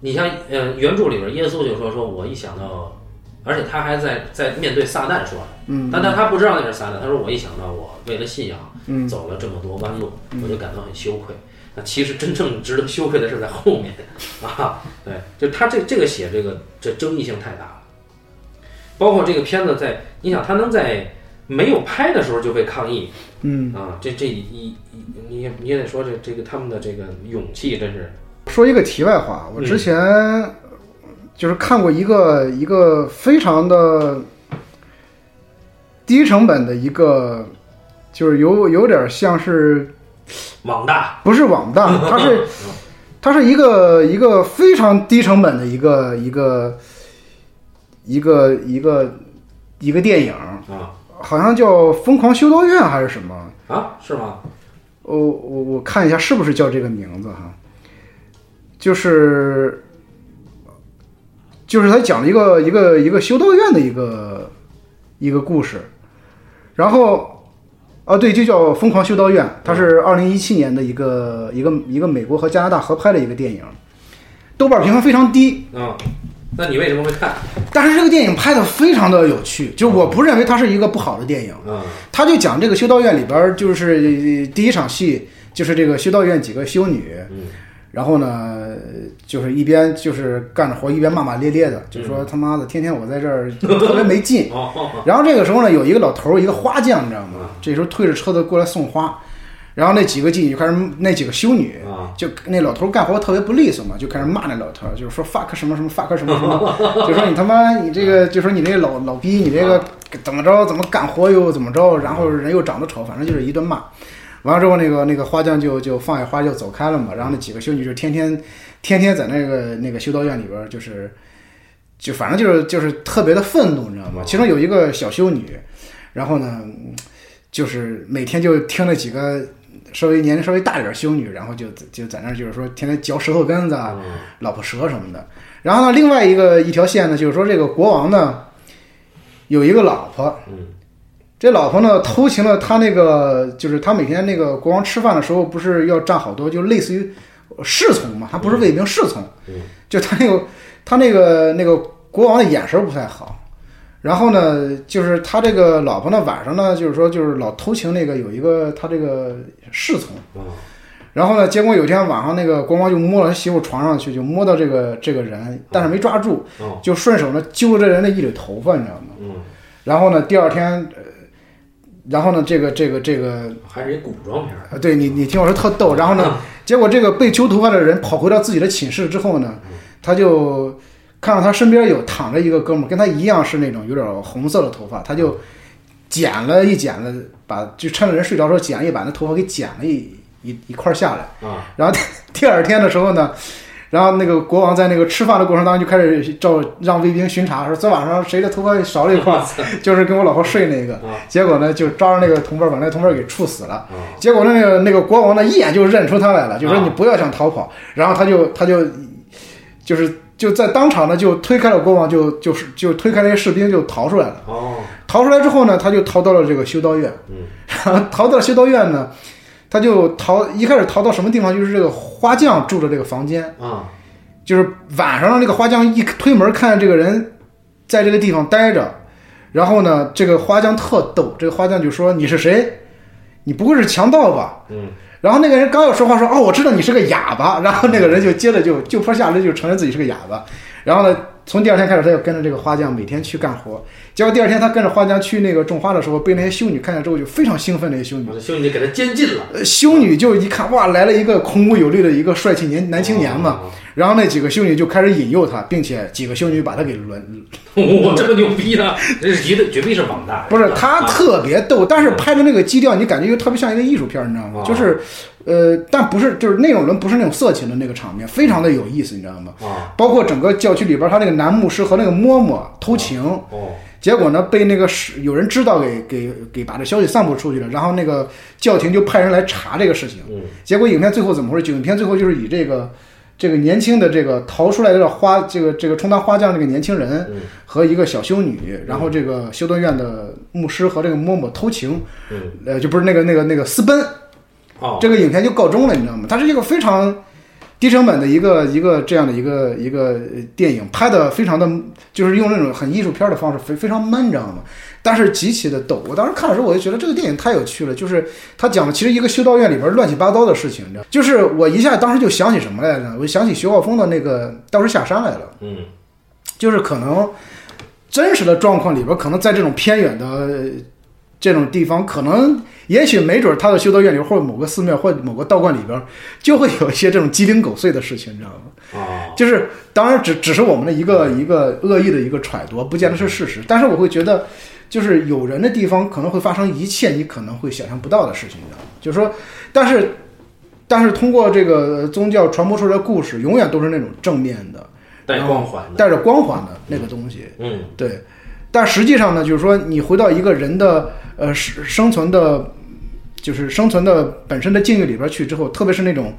你像呃原著里边耶稣就说说我一想到，而且他还在在面对撒旦说，嗯，但他他不知道那是撒旦，他说我一想到我为了信仰，嗯，走了这么多弯路，我就感到很羞愧。那其实真正值得羞愧的是在后面 啊，对，就他这这个写这个这争议性太大了，包括这个片子在你想他能在没有拍的时候就被抗议，嗯啊，这这一一一你也你也得说这这个他们的这个勇气真是，
说一个题外话，我
嗯
之前就是看过一个一个非常的低成本的一个，就是有有点像是
网大，
不是网大，它是它是一个一个非常低成本的一个一个一个一个一个电影，
啊
好像叫《疯狂修道院》还是什么。
啊，是吗？
呃我我我看一下是不是叫这个名字哈，就是就是他讲了一个一个一个修道院的一个一个故事，然后啊对，就叫《疯狂修道院》，它是二零一七年的一个一个一个美国和加拿大合拍的一个电影，豆瓣评分非常低，
嗯，那你为什么会看？
但是这个电影拍的非常的有趣，就是我不认为它是一个不好的电影。
嗯
他就讲这个修道院里边儿，就是呃第一场戏，就是这个修道院几个修女
嗯，
然后呢，就是一边就是干着活，一边骂骂咧咧的，就说他妈的，天天我在这儿特别没劲。
哦哦
然后这个时候呢，有一个老头儿，一个花匠，你知道吗？这时候推着车子过来送花，然后那几个妓女就开始，那几个修女
啊
就那老头儿干活特别不利索嘛，就开始骂那老头儿，就是说 fuck 什么什么 fuck 什么什么，就说你他妈你这个，就说你这个老老逼，你这个怎么着怎么干活又怎么着，然后人又长得丑，反正就是一顿骂。完了之后，那个那个花匠就就放下花就走开了嘛，然后那几个修女就天天天天在那个那个修道院里边儿就是。就反正就是就是特别的愤怒，你知道吗？其中有一个小修女，然后呢，嗯就是每天就听了几个稍微年龄稍微大一点儿修女，然后就就在那儿就是说天天嚼舌头根子啊，
哦
老婆舌什么的。然后呢，另外一个一条线呢，就是说这个国王呢有一个老婆，
嗯
这老婆呢偷情了他那个就是他每天那个国王吃饭的时候不是要占好多，就类似于侍从嘛，他不是卫兵侍从，
嗯
就他那个他那个那个国王的眼神不太好。然后呢，就是他这个老婆呢，晚上呢，就是说就是老偷情那个有一个他这个侍从。
哦
然后呢，结果有一天晚上，那个国王就摸了他媳妇床上去，就摸到这个这个人，但是没抓住，
哦
就顺手呢揪了这人的一缕头发，你知道吗？
嗯，
然后呢，第二天，呃，然后呢，这个这个这个，
还是一古装片儿。
呃对你你听我说特逗。然后呢，结果这个被揪头发的人跑回到自己的寝室之后呢，他就看到他身边有躺着一个哥们儿，跟他一样是那种有点红色的头发，他就剪了一剪子，把就趁着人睡着的时候剪一把那头发给剪了一一一块儿下来。
啊，
然后 第二天的时候呢，然后那个国王在那个吃饭的过程当中就开始照让卫兵巡查，说昨晚上谁的头发少了一块儿，就是跟我老婆睡那个。结果呢，就抓着那个同伴儿，把那个同伴儿给处死了。结果那个那个国王呢，一眼就认出他来了，就说
啊
你不要想逃跑。然后他就他就就是就在当场呢就推开了国王，就就是就推开那些士兵就逃出来了。
哦，
逃出来之后呢，他就逃到了这个修道院。
嗯，
然后 逃到了修道院呢，他就逃，一开始逃到什么地方？就是这个花匠住的这个房间。
啊，
就是晚上，这个花匠一推门，看见这个人在这个地方待着，然后呢，这个花匠特逗，这个花匠就说：“你是谁？你不会是强盗吧？”
嗯，
然后那个人刚要说话说，哦，我知道你是个哑巴。然后那个人就接着就就坡下驴就承认自己是个哑巴。然后呢，从第二天开始，他就跟着这个花匠每天去干活。结果第二天他跟着花匠去那个种花的时候，被那些修女看见之后就非常兴奋。那些修女，
我的兄弟给他监禁了。
呃修女就一看，哇，来了一个孔武有力的一个帅气年男青年嘛。
哦
然后那几个修女就开始引诱他，并且几个修女把他给轮，
哦我这么牛逼呢？这是绝对绝壁是网大人。
不是他特别逗，但是拍的那个基调，你感觉又特别像一个艺术片儿，你知道吗
啊？
就是，呃，但不是就是那种人不是那种色情的那个场面，非常的有意思，你知道吗？
啊，
包括整个教区里边儿，他那个男牧师和那个嬷嬷偷情，
哦，
结果呢被那个是有人知道给给给把这消息散布出去了，然后那个教廷就派人来查这个事情。
嗯
结果影片最后怎么回事？影片最后就是以这个这个年轻的这个逃出来的花这个这个充当花匠这个年轻人
嗯
和一个小修女，然后这个修道院的牧师和这个嬷嬷偷情，
嗯，
呃，就不是那个那个那个私奔，
哦，
这个影片就告终了，你知道吗？它是一个非常低成本的一个一个这样的一个一个呃电影，拍的非常的，就是用那种很艺术片的方式，非非常闷，你知道吗？但是极其的逗。我当时看的时候，我就觉得这个电影太有趣了，就是它讲的其实一个修道院里边乱七八糟的事情，你知道？就是我一下当时就想起什么来着？我就想起徐浩峰的那个《道士下山》来了。
嗯
就是可能真实的状况里边，可能在这种偏远的呃这种地方，可能也许没准他的修道院里或者某个寺庙或者某个道观里边，就会有一些这种鸡零狗碎的事情，你知道吗？
哦，
就是当然只只是我们的一个一个恶意的一个揣度，不见得是事实。但是我会觉得，就是有人的地方可能会发生一切你可能会想象不到的事情，你知道吗？就是说，但是但是通过这个宗教传播出来的故事，永远都是那种正面的。
带光环的。
带着光环的那个东西。
嗯
对，但实际上呢，就是说你回到一个人的呃生生存的，就是生存的本身的境遇里边去之后，特别是那种。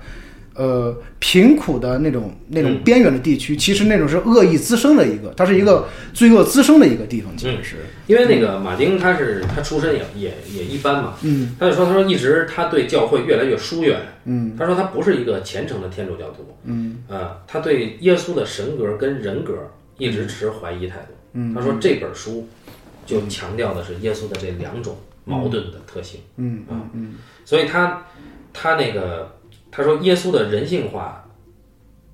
呃，贫苦的那种、那种边缘的地区，其实那种是恶意滋生的一个，它是一个罪恶滋生的一个地方，其实是。
因为那个马丁他是他出身也也也一般嘛，嗯，他就说他说一直他对教会越来越疏远，嗯，他说他不是一个虔诚的天主教徒，嗯，啊，他对耶稣的神格跟人格一直持怀疑态度，嗯，他说这本书就强调的是耶稣的这两种矛盾的特性，嗯嗯啊，嗯，所以他他那个他说耶稣的人性化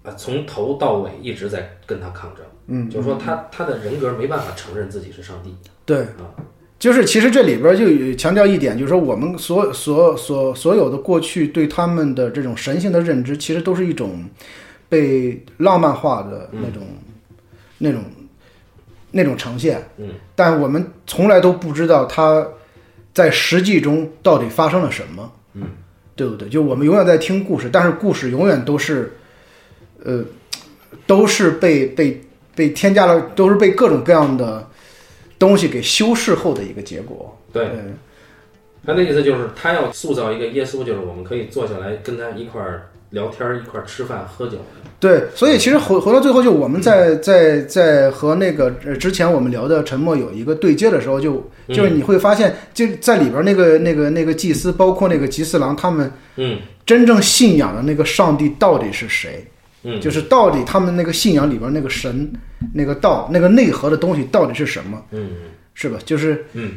啊，从头到尾一直在跟他抗争，嗯，就是说他他的人格没办法承认自己是上帝，
对
啊，
就是其实这里边儿就有强调一点，就是说我们所所所所有的过去对他们的这种神性的认知，其实都是一种被浪漫化的那种、那种那种呈现。
嗯，
但我们从来都不知道它在实际中到底发生了什么。
嗯，
对不对？就我们永远在听故事，但是故事永远都是，呃，都是被被被添加了，都是被各种各样的东西给修饰后的一个结果。嗯
对，他的意思就是他要塑造一个耶稣，就是我们可以坐下来跟他一块儿聊天儿，一块儿吃饭喝酒的，
对，所以其实回回到最后，就我们在在在和那个呃之前我们聊的沉默有一个对接的时候，就就是你会发现，就在里边那个那个那个祭司，包括那个吉四郎，他们
嗯
真正信仰的那个上帝到底是谁？
嗯，
就是到底他们那个信仰里边那个神、那个道、那个内核的东西到底是什么？
嗯
是吧？就是
嗯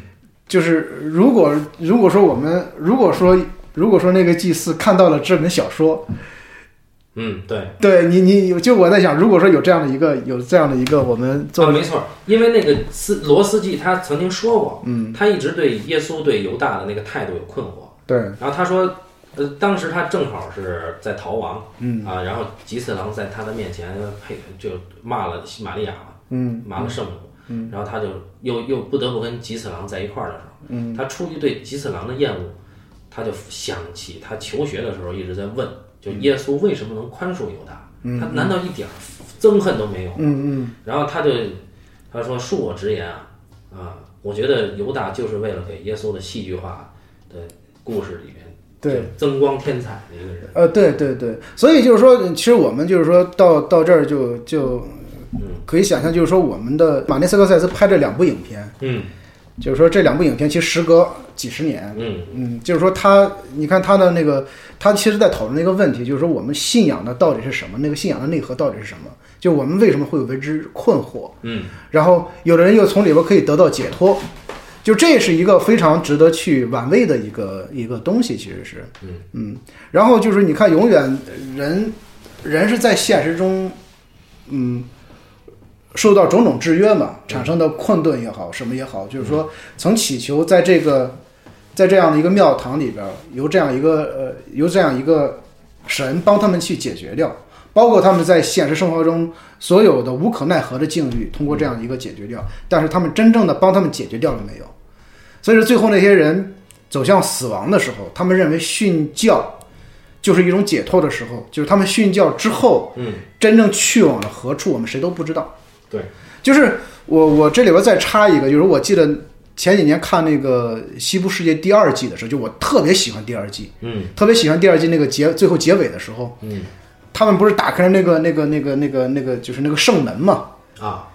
就是，如果如果说我们如果说如果说那个祭司看到了这本小说，
嗯，对，
对你，你就我在想，如果说有这样的一个有这样的一个，我们作
啊，
为、
没错，因为那个斯罗斯基他曾经说过，嗯，他一直对耶稣对犹大的那个态度有困惑，
对
然后他说，呃，当时他正好是在逃亡，嗯啊，然后吉次郎在他的面前呸，就骂了玛利亚嘛，嗯，骂了圣母，嗯，然后他就又又不得不跟吉次郎在一块儿的时候，嗯，他出于对吉次郎的厌恶，他就想起他求学的时候一直在问，就耶稣为什么能宽恕犹大？他难道一点儿憎恨都没有？嗯嗯，然后他就他说恕我直言啊啊，我觉得犹大就是为了给耶稣的戏剧化的故事里面，
对，
增光添彩的一个人。
呃，对对对，所以就是说，其实我们就是说到到这儿就就可以想象，就是说我们的马内斯科塞斯拍这两部影片，
嗯
就是说这两部影片其实时隔几十年，
嗯
嗯，就是说他，你看他的那个，他其实在讨论一个问题，就是说我们信仰的到底是什么，那个信仰的内核到底是什么，就我们为什么会为之困惑，
嗯
然后有的人又从里边可以得到解脱，就这是一个非常值得去玩味的一个一个东西，其实是，
嗯
然后就是你看，永远人人是在现实中，嗯，受到种种制约嘛，产生的困顿也好，什么也好，就是说曾祈求在这个在这样的一个庙堂里边，由这样一个呃由这样一个神帮他们去解决掉。包括他们在现实生活中所有的无可奈何的境遇，通过这样一个解决掉，但是他们真正的帮他们解决掉了没有？所以说，最后那些人走向死亡的时候，他们认为殉教就是一种解脱的时候，就是他们殉教之后
嗯，
真正去往了何处，我们谁都不知道。
对，
就是我我这里边再插一个，就是我记得前几年看那个《西部世界》第二季的时候，就我特别喜欢第二季，
嗯
特别喜欢第二季那个结最后结尾的时候，
嗯
他们不是打开了那个那个那个那个那个就是那个圣门嘛，
啊，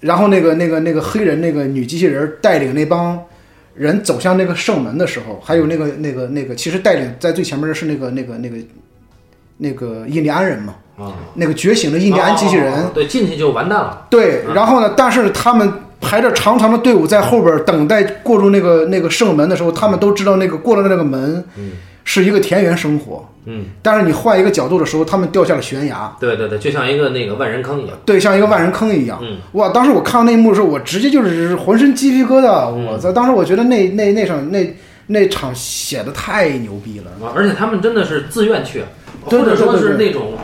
然后那个那个那个黑人那个女机器人带领那帮人走向那个圣门的时候，还有那个那个那个，其实带领在最前面的是那个那个那个那个印第安人嘛，
啊，
那个觉醒的印第安机器人。
哦哦哦对进去就完蛋了。
对，然后呢，但是他们排着长长的队伍在后边等待过入那个那个圣门的时候，他们都知道那个过了那个门，是一个田园生活。
嗯，
但是你换一个角度的时候，他们掉下了悬崖。
对对对，就像一个那个万人坑一样。
对，像一个万人坑一样。
嗯
哇！当时我看到那一幕的时候，我直接就是浑身鸡皮疙瘩。我
嗯
操！当时我觉得那那那场那那场写的太牛逼了。
啊，而且他们真的是自愿去，
对
或
对对
者说是
对对
那种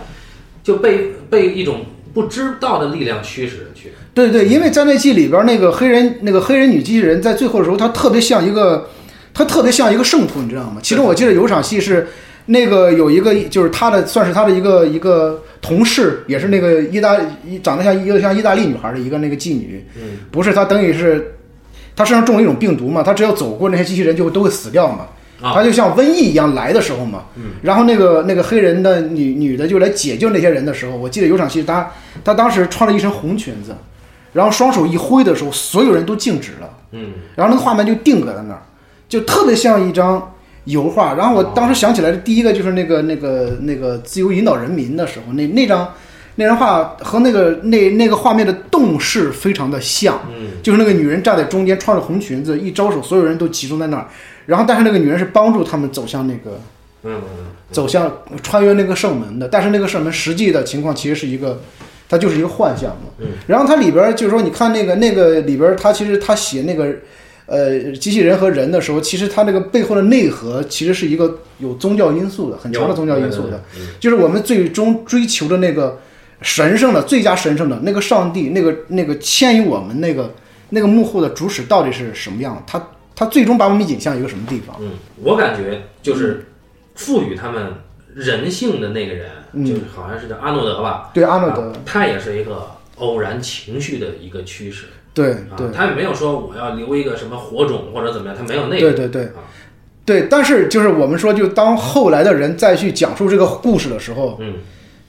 就被被一种不知道的力量驱使着去。
对对，因为在那季里边，那个黑人那个黑人女机器人在最后的时候，她特别像一个，她特别像一个圣徒，你知道吗？其中我记得有场戏是，那个有一个就是她的算是她的一个一个同事，也是那个意大一长得像一个像意大利女孩的一个那个妓女，
嗯
不是她等于是她身上中了一种病毒嘛，她只要走过那些机器人就会都会死掉嘛。
啊嗯
她就像瘟疫一样来的时候嘛，然后那个那个黑人的女女的就来解救那些人的时候，我记得有场戏，她她当时穿了一身红裙子，然后双手一挥的时候，所有人都静止了，
嗯，
然后那个画面就定格在那儿，就特别像一张油画。然后我当时想起来的第一个就是那个那个那个自由引导人民的时候，那那张那张画和那个那那个画面的动势非常的像，
嗯，
就是那个女人站在中间，穿着红裙子，一招手，所有人都集中在那儿，然后但是那个女人是帮助他们走向那个
嗯
走向穿越那个圣门的，但是那个圣门实际的情况其实是一个，它就是一个幻象嘛。
嗯。
然后它里边儿就是说，你看那个那个里边儿，它其实它写那个，呃，机器人和人的时候，其实它那个背后的内核其实是一个有宗教因素的，很强的宗教因素的，
嗯
就是我们最终追求的那个神圣的、最佳神圣的那个上帝，那个那个牵引我们那个那个幕后的主使到底是什么样的？它它最终把我们引向一个什么地方？
嗯，我感觉就是赋予他们人性的那个人，就是好像是叫阿诺德
嗯
吧，
对阿诺德，
啊他也是一个偶然情绪的一个驱使。
对
啊
对，
他也没有说我要留一个什么火种或者怎么样，他没有那
对
个。
对对
啊
对，但是就是我们说，就当后来的人再去讲述这个故事的时候，
嗯，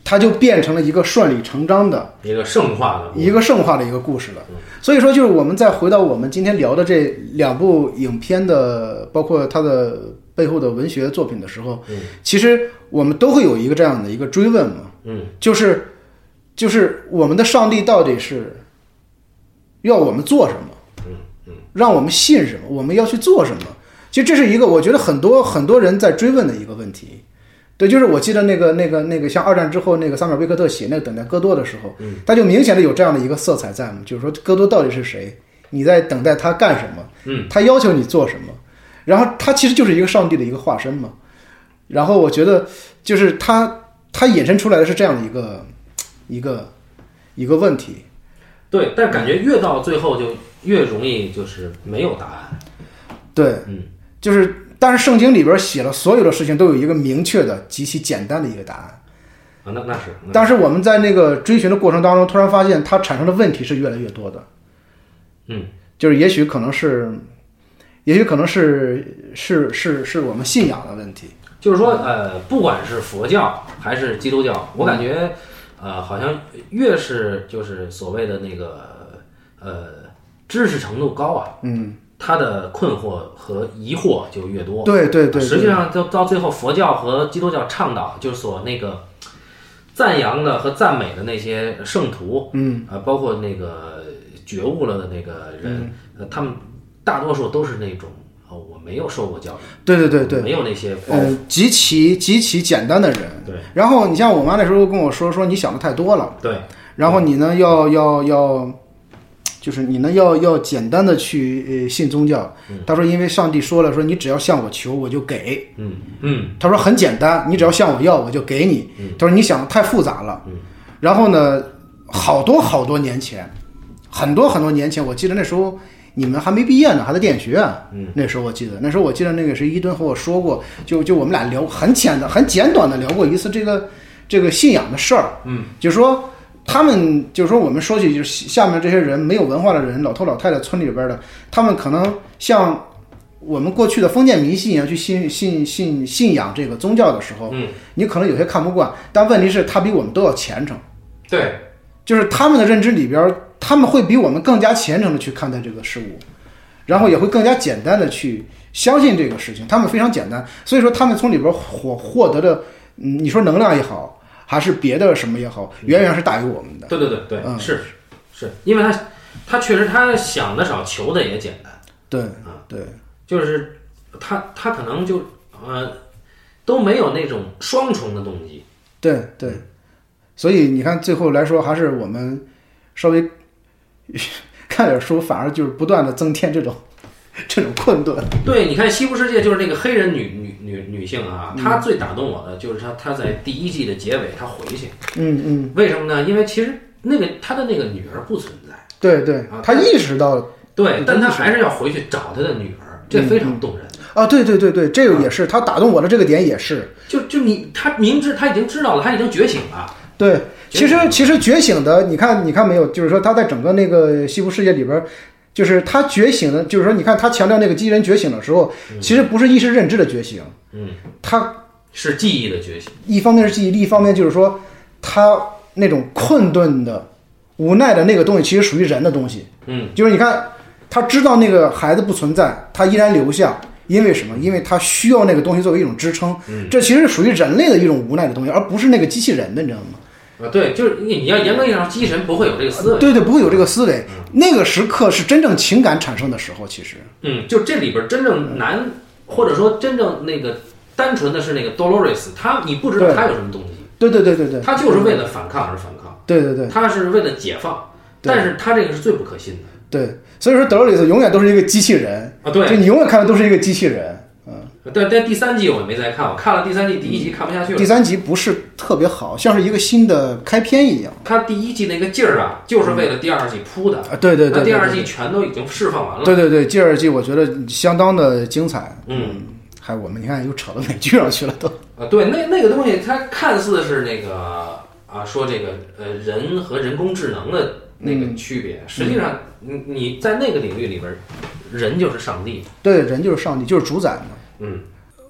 它就变成了一个顺理成章的
一个圣化的故事
一个圣化的一个故事了。
嗯
所以说，就是我们再回到我们今天聊的这两部影片的，包括它的背后的文学作品的时候，其实我们都会有一个这样的一个追问嘛，
嗯，
就是就是我们的上帝到底是要我们做什么？让我们信什么？我们要去做什么？其实这是一个我觉得很多很多人在追问的一个问题。对，就是我记得那个那个那个，像二战之后那个萨米尔贝克特写那个《等待戈多》的时候，他就明显的有这样的一个色彩在嘛，就是说戈多到底是谁？你在等待他干什么？
嗯，
他要求你做什么？然后他其实就是一个上帝的一个化身嘛。然后我觉得就是他他衍生出来的是这样的一个一个一个问题。
对，但感觉越到最后就越容易就是没有答案。
对，
嗯，
就是，但是圣经里边写了所有的事情都有一个明确的、极其简单的一个答案。
啊，那那是，那
但是我们在那个追寻的过程当中，突然发现它产生的问题是越来越多的。
嗯，
就是也许可能是，也许可能是是是是我们信仰的问题。
就是说，呃，不管是佛教还是基督教，我感觉，呃，好像越是就是所谓的那个呃知识程度高啊，
嗯，
他的困惑和疑惑就越多。
对对对，
实
对
际上到到最后，佛教和基督教倡导就是所那个赞扬的和赞美的那些圣徒，嗯，啊、包括那个觉悟了的那个
嗯
人，呃，他们大多数都是那种。哦，我没有受过教育，
对对对对，
没有那些包
呃，极其极其简单的人。
对。
然后你像我妈那时候跟我说，说你想的太多了。
对，
然后你呢，要要要，就是你呢，要要简单的去呃信宗教。他说，因为上帝说了，说你只要向我求，我就给。
嗯嗯
他说很简单，你只要向我要，我就给你。他说你想的太复杂
嗯
了。然后呢，好多好多年前，很多很多年前，我记得那时候你们还没毕业呢，还在电影学院。
嗯
那时候我记得，那时候我记得那个谁伊敦和我说过，就就我们俩聊很简单、很简短的聊过一次这个这个信仰的事儿。
嗯，
就是说。他们就是说，我们说起就是下面这些人没有文化的人，老头老太太村里边的，他们可能像我们过去的封建迷信一样去信信信信仰这个宗教的时候，
嗯，
你可能有些看不惯，但问题是，他比我们都要虔诚，
对，
就是他们的认知里边，他们会比我们更加虔诚的去看待这个事物，然后也会更加简单的去相信这个事情，他们非常简单，所以说他们从里边获获得的，嗯，你说能量也好，还是别的什么也好，远远是大于我们的，
对对对对，
嗯
是是，因为他他确实他想的少，求的也简单，
对
啊，
对，
就是他他可能就呃都没有那种双重的动机，
对对，所以你看，最后来说，还是我们稍微 看点书，反而就是不断的增添这种 这种困顿。
对，你看《西部世界》就是那个黑人女女女女性啊，她最打动我的就是她她在第一季的结尾她回去，
嗯嗯，
为什么呢？因为其实那个她的那个女儿不存在，
对对
啊，
他意识到了
对
嗯，
但她还是要回去找她的女儿，这非常动人。
啊，对对对对，这个也是他打动我的这个点也是。
就就你，她明知她已经知道了，她已经觉醒了，
对，
觉
其实其实觉醒的，你看你看没有，就是说他在整个那个西部世界里边儿。就是他觉醒的，就是说，你看他强调那个机器人觉醒的时候，其实不是意识认知的觉醒，
嗯，
他
是记忆的觉醒。
一方面是记忆力，一方面就是说他那种困顿的、无奈的那个东西，其实属于人的东西。
嗯，
就是你看，他知道那个孩子不存在，他依然留下，因为什么？因为他需要那个东西作为一种支撑。这其实是属于人类的一种无奈的东西，而不是那个机器人的，你知道吗？
啊，对，就是你你要严格意义上，机器人不会有这个思维。
啊对对，不会有这个思维。那个时刻是真正情感产生的时候，其实。
嗯，就这里边真正难，或者说真正那个单纯的是那个 Dolores，他你不知道
对
他有什么动机，
对对对对对，
他就是为了反抗而反抗，
对对对
他是为了解放，
对
但是他这个是最不可信的
对，所以说德罗里斯永远都是一个机器人，
啊。对
就，你永远看的都是一个机器人。嗯，
但但第三季我也没再看，我看了第三季第一集看不下去了
第。三集不是特别好，像是一个新的开篇一样。
他第一季那个劲儿啊，就是为了第二季铺的。
啊，对对对，
那第二
对
季全都已经释放完了。
对对对，第二季我觉得相当的精彩。
嗯，
还有我们你看又扯到美剧上去了都。
啊，对，那那个东西它看似是那个啊，说这个呃人和人工智能的那个区别，实际上你你在那个领域里边儿，人就是上帝。
对，人就是上帝，就是主宰嘛。
嗯，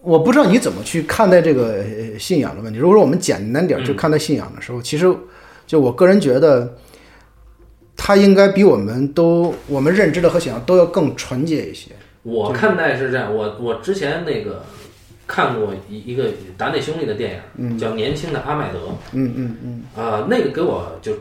我不知道你怎么去看待这个呃信仰的问题。如果说我们简单点儿去
嗯
看待信仰的时候，其实就我个人觉得，它应该比我们都我们认知的和想象都要更纯洁一些。
我看待是这样，我我之前那个看过一一个达内兄弟的电影，叫《年轻的阿麦德》。
嗯嗯嗯，
啊、那个给我就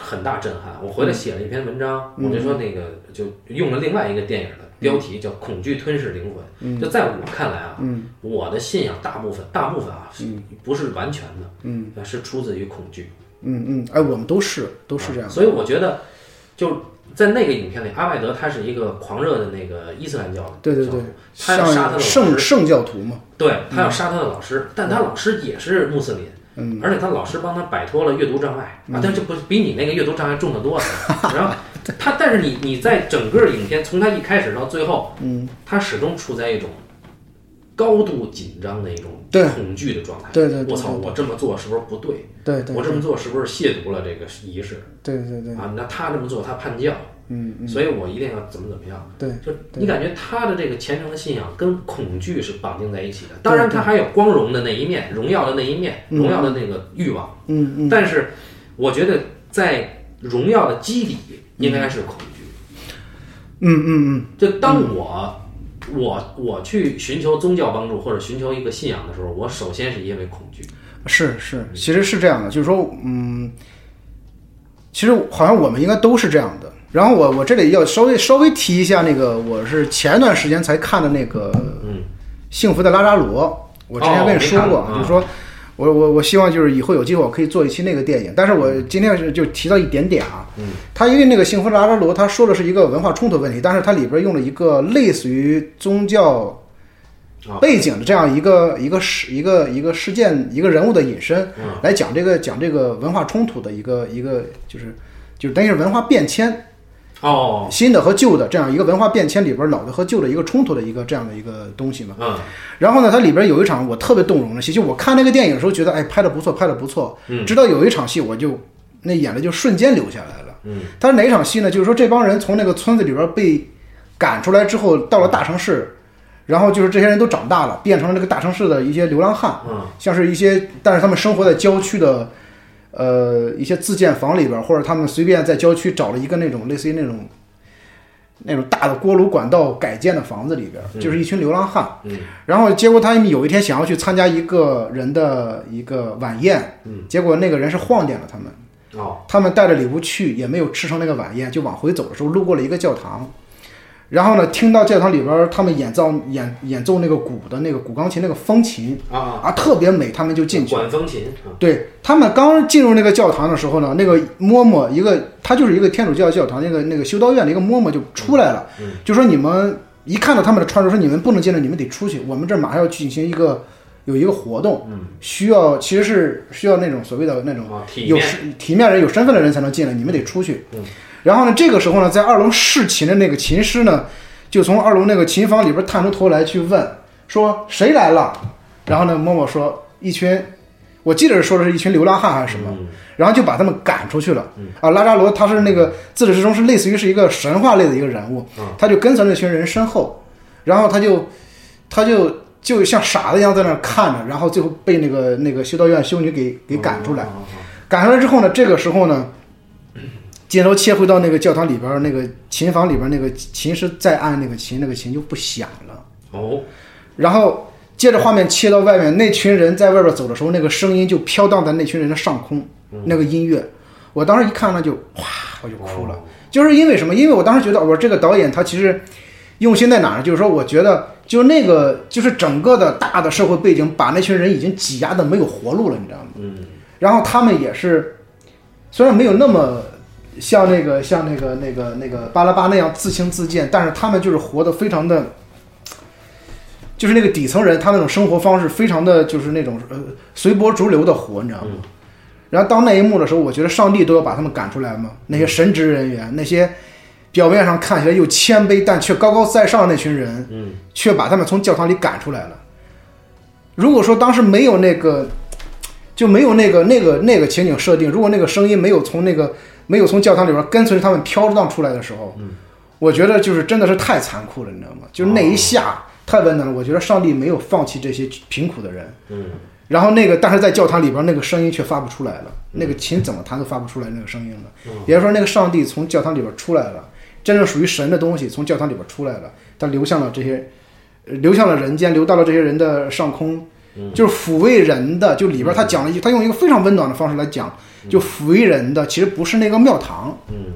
很大震撼。我回来写了一篇文章，我就
嗯
说那个就用了另外一个电影的标题叫《恐惧吞噬灵魂》。
嗯
就在我看来啊，我的信仰大部分大部分啊，是不是完全的，嗯，是出自于恐惧，啊
嗯嗯，哎，我们都是都是这样。
所以我觉得就。在那个影片里，阿麦德他是一个狂热的那个伊斯兰教
对对
教
对
徒，他要杀他的
像
老师
圣，圣教徒嘛，
对他要杀他的老师，但他老师也是穆斯林，嗯，而且他老师帮他摆脱了阅读障碍
嗯
啊，但这不比你那个阅读障碍重得 多了。然后他，但是你你在整个影片从他一开始到最后，嗯，他始终处在一种高度紧张的一种
对
恐惧的状态。
对对对
我操，我这么做是不是不对？
对对
我这么做是不是亵渎了这个仪式
对对对
啊？那他这么做，他叛教，
嗯，
所以我一定要怎么怎么样。
对，
就你感觉他的这个虔诚的信仰跟恐惧是绑定在一起的，当然他还有光荣的那一面、荣耀的那一面、荣耀的那个欲望，
嗯嗯。
但是我觉得在荣耀的基底应该是恐惧。
嗯嗯嗯，
就当我我我去寻求宗教帮助或者寻求一个信仰的时候，我首先是因为恐惧。
是是，其实是这样的，就是说，嗯，其实好像我们应该都是这样的。然后我我这里要稍微稍微提一下那个，我是前段时间才看的那个
嗯，
幸福的拉扎罗，我之前跟你说过，啊
哦我没看过
就是说我我我希望就是以后有机会我可以做一期那个电影，但是我
嗯
今天是就提到一点点啊，嗯，他因为那个幸福的拉扎罗，他说的是一个文化冲突问题，但是它里边用了一个类似于宗
哦
教
啊
背景的这样一个一个事一个一个事件一个人物的引申，
嗯
来讲这个讲这个文化冲突的一个一个就是就是等于是文化变迁。
哦，
新的和旧的这样一个文化变迁里边老的和旧的一个冲突的一个这样的一个东西嘛。
嗯
然后呢，它里边有一场我特别动容的戏，就我看那个电影的时候觉得，哎，拍的不错，拍的不错。
嗯
直到有一场戏，我就那眼泪就瞬间流下来了。
嗯，
它是哪一场戏呢？就是说这帮人从那个村子里边被赶出来之后，到了大城市，然后就是这些人都长大了，变成了这个大城市的一些流浪汉。
嗯
像是一些，但是他们生活在郊区的，呃，一些自建房里边儿，或者他们随便在郊区找了一个那种类似于那种，那种大的锅炉管道改建的房子里边儿，就是一群流浪汉。
嗯
然后结果他们有一天想要去参加一个人的一个晚宴，
嗯
结果那个人是晃点了他们，
哦
他们带着礼物去，也没有吃成那个晚宴，就往回走的时候路过了一个教堂，然后呢，听到教堂里边儿他们演奏演演奏那个鼓的那个古钢琴那个风琴。
啊，
啊，特别美，他们就进去。
管风琴啊，
对他们刚进入那个教堂的时候呢，那个嬷嬷一个，他就是一个天主教教堂那个那个修道院的一个嬷嬷就出来了，就说你们一看到他们的穿着，说你们不能进来，你们得出去，我们这儿马上要进行一个有一个活动，需要其实是需要那种所谓的那种
嗯啊体
有
面嗯
身体面人、有身份的人才能进来，你们得出去。然后呢，这个时候呢，在二楼试琴的那个琴师呢，就从二楼那个琴房里边探出头来去问，说谁来了？然后呢，嬷嬷说一群，我记得是说的是一群流浪汉还是什么，
嗯
然后就把他们赶出去了。啊，拉扎罗他是那个自始至终是类似于是一个神话类的一个人物，
嗯
他就跟随那群人身后，然后他就他就就像傻子一样在那儿看着，然后最后被那个那个修道院修女给给赶出来。
哦
赶出来之后呢，这个时候呢，镜头切回到那个教堂里边儿那个琴房里边儿那个琴师在按那个琴，那个琴就不响了。
哦，
然后接着画面切到外面，那群人在外边走的时候，那个声音就飘荡在那群人的上空，那个音乐，我当时一哦看呢就哗，我就哭了。就是因为什么？因为我当时觉得，我这个导演他其实用心在哪儿？就是说，我觉得就是那个就是整个的大的社会背景，把那群人已经挤压的没有活路了，你知道吗？
嗯，
然后他们也是，虽然没有那么像那个像那个那个那个巴拉巴那样自轻自贱，但是他们就是活得非常的，就是那个底层人，他那种生活方式非常的就是那种呃随波逐流的活，你知道吗？然后当那一幕的时候，我觉得上帝都要把他们赶出来嘛。那些神职人员，那些表面上看起来又谦卑但却高高在上的那群人，
嗯，
却把他们从教堂里赶出来了。如果说当时没有那个，就没有那个那个那个情景设定，如果那个声音没有从那个没有从教堂里边跟随着他们飘荡出来的时候，嗯，我觉得就是真的是太残酷了，你知道吗？就是那一下、太温暖了。我觉得上帝没有放弃这些贫苦的人，
嗯，
然后那个但是在教堂里边那个声音却发不出来了，那个琴怎么弹都发不出来那个声音了。也就是说，那个上帝从教堂里边出来了，真正属于神的东西从教堂里边出来了，它流向了这些，呃流向了人间，流到了这些人的上空，就是抚慰人的。就里边他讲了一句，他用一个非常温暖的方式来讲，就抚慰人的其实不是那个庙堂，
嗯，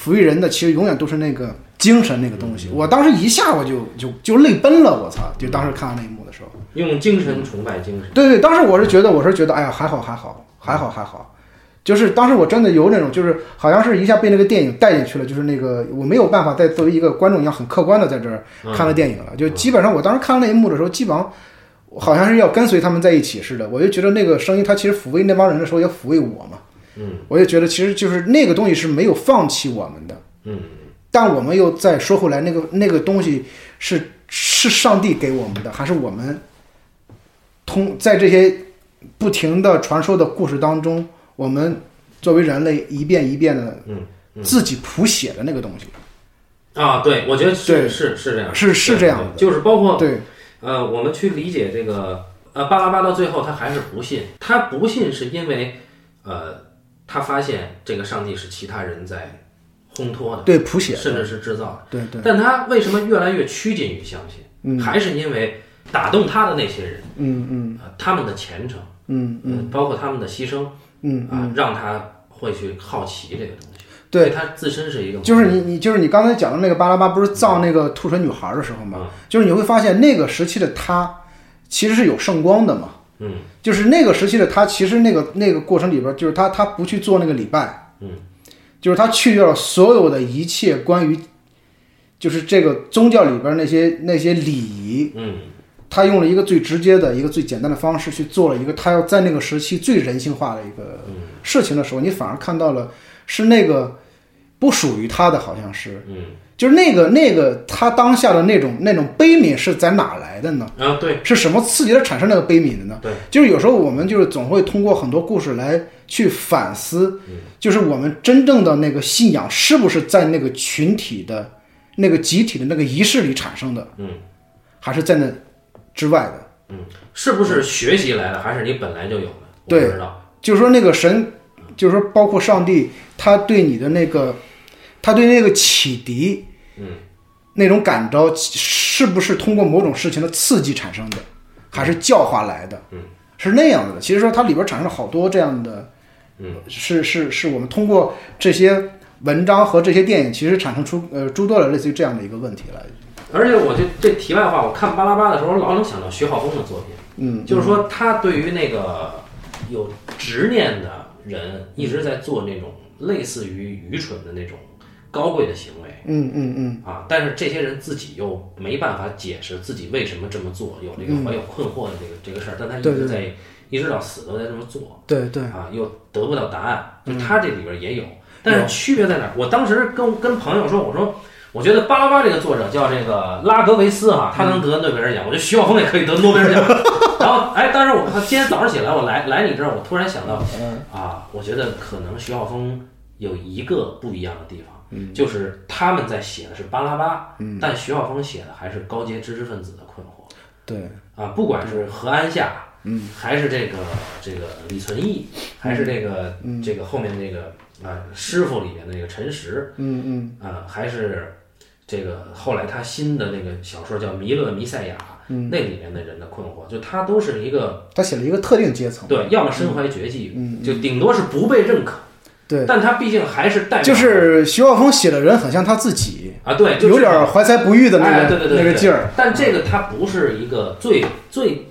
抚慰人的其实永远都是那个精神那个东西。我当时一下我就就就泪奔了，我操！就当时看到那一幕的时候。
用精神崇拜精神，
对对，当时我是觉得，我是觉得，哎呀，还好还好还好还好，就是当时我真的有那种，就是好像是一下被那个电影带进去了，就是那个我没有办法再作为一个观众一样很客观的在这儿看了电影
嗯
了，就基本上我当时看了那一幕的时候，基本上好像是要跟随他们在一起似的，我就觉得那个声音它其实抚慰那帮人的时候也抚慰我嘛，
嗯，
我就觉得其实就是那个东西是没有放弃我们的，
嗯，
但我们又再说回来，那个那个东西是是上帝给我们的，还是我们通在这些不停的传说的故事当中，我们作为人类一遍一遍的
嗯
自己谱写的那个东西？
啊，对，我觉得是
对
是是这样，
是是
对
这样
对
的
就是包括
对，
呃，我们去理解这个呃，巴拉巴到最后他还是不信，他不信是因为呃，他发现这个上帝是其他人在烘托的，
对谱写的
甚至是制造的，
对对，
但他为什么越来越趋近于相信？还是因为打动他的那些人，
嗯嗯
呃他们的虔诚，
嗯
嗯、包括他们的牺牲，
嗯，
啊，让他会去好奇这个东西。
对
所以他自身是一个，嗯
就是你你就是你刚才讲的那个巴拉巴，不是造那个兔唇女孩的时候嘛，就是你会发现那个时期的她其实是有圣光的嘛，
嗯，
就是那个时期的她，其实那个那个过程里边，就是她她不去做那个礼拜，
嗯，
就是她去掉了所有的一切关于，就是这个宗教里边那些那些礼仪，
嗯
他用了一个最直接的一个最简单的方式去做了一个他要在那个时期最人性化的一个事情的时候，你反而看到了是那个不属于他的，好像是，
嗯
就是那个那个他当下的那种那种悲悯是在哪来的呢？
啊，对，
是什么刺激他产生那个悲悯的呢？
对，
就是有时候我们就是总会通过很多故事来去反思，
嗯
就是我们真正的那个信仰是不是在那个群体的、那个集体的那个仪式里产生的，
嗯，
还是在那之外的？
嗯，是不是学习来的，还是你本来就有的？我不
对
知道。
就是说那个神，就是说包括上帝，他对你的那个，他对那个启迪，
嗯，
那种感召，是不是通过某种事情的刺激产生的，还是教化来的？
嗯，
是那样子的。其实说它里边产生了好多这样的，
嗯，
是是是我们通过这些文章和这些电影，其实产生出呃诸多的类似于这样的一个问题来。
而且我就这题外话，我看巴拉巴的时候，老能想到徐浩峰的作品，
嗯，
就是说他对于那个有执念的人，一直在做那种类似于愚蠢的那种高贵的行为。
嗯嗯嗯，
啊，但是这些人自己又没办法解释自己为什么这么做，有这个怀有困惑的这个、这个事儿，但他一
嗯对
直在一直到死都在这么做，
对对，
啊，又得不到答案，就他这里边也有，但是区别在哪儿？我当时跟跟朋友说，我说我觉得巴拉巴这个作者叫这个拉格维斯哈、他能得诺贝尔奖，我觉得徐晓峰也可以得诺贝尔奖。 然后哎，当时我今天早上起来，我来来你这儿，我突然想到，啊，我觉得可能徐浩峰有一个不一样的地方。就是他们在写的是巴拉巴，但徐浩峰写的还是高阶知识分子的困惑。
对，
啊，不管是何安夏，嗯，还是这个这个李存义，还是这个、
嗯
这个后面那个啊师傅里面那个陈实，
嗯嗯
啊，还是这个后来他新的那个小说叫《弥勒弥赛亚》，嗯，那里面的人的困惑，就他都是一个
他写了一个特定阶层，
对，要么身怀绝技，嗯，就顶多是不被认可，
对，
但他毕竟还是代表
就是徐浩峰写的人很像他自己，
啊，对，就
有
是
点怀才不遇的那个、
哎对对对
那个劲儿。
但这个它不是一个最最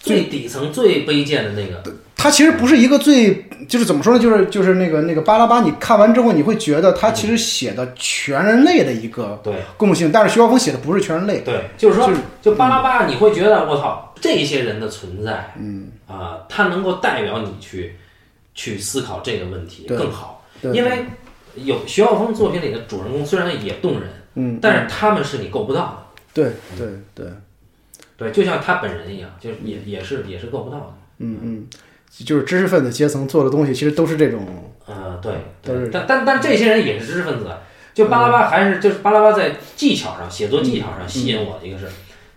最底层最卑贱的那个，
它其实不是一个最，就是怎么说呢，就是就是那个那个巴拉巴，你看完之后你会觉得它其实写的全人类的一个
对
共性，但是徐浩峰写的不是全人类，
对，就是说
就是嗯
就巴拉巴，你会觉得我操，这些人的存在，嗯啊，它能够代表你去去思考这个问题
对
更好，
对
因为有徐浩峰作品里的主人公虽然也动人，
嗯，
但是他们是你够不到的。
对对对，
对，就像他本人一样，就是也也是也是够不到的。
嗯嗯，就是知识分子阶层做的东西，其实都是这种，
呃，对，
都
对
是嗯
但但但这些人也是知识分子，啊就巴拉巴还是就是巴拉巴在技巧上写作技巧上吸引我的一个是，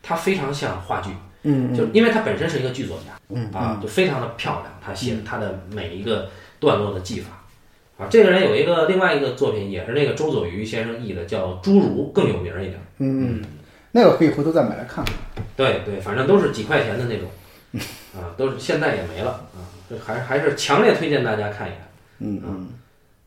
他非常像话剧，
嗯
就因为他本身是一个剧作家，嗯啊，就非常的漂亮，他写
嗯
他的每一个段落的技法。啊，这个人有一个另外一个作品，也是那个周佐瑜先生译的，叫《侏儒》，更有名一点。
嗯嗯，那个可以回头再买来看看。
对对，反正都是几块钱的那种，啊，都是现在也没了啊，这还还是强烈推荐大家看一看。
嗯嗯，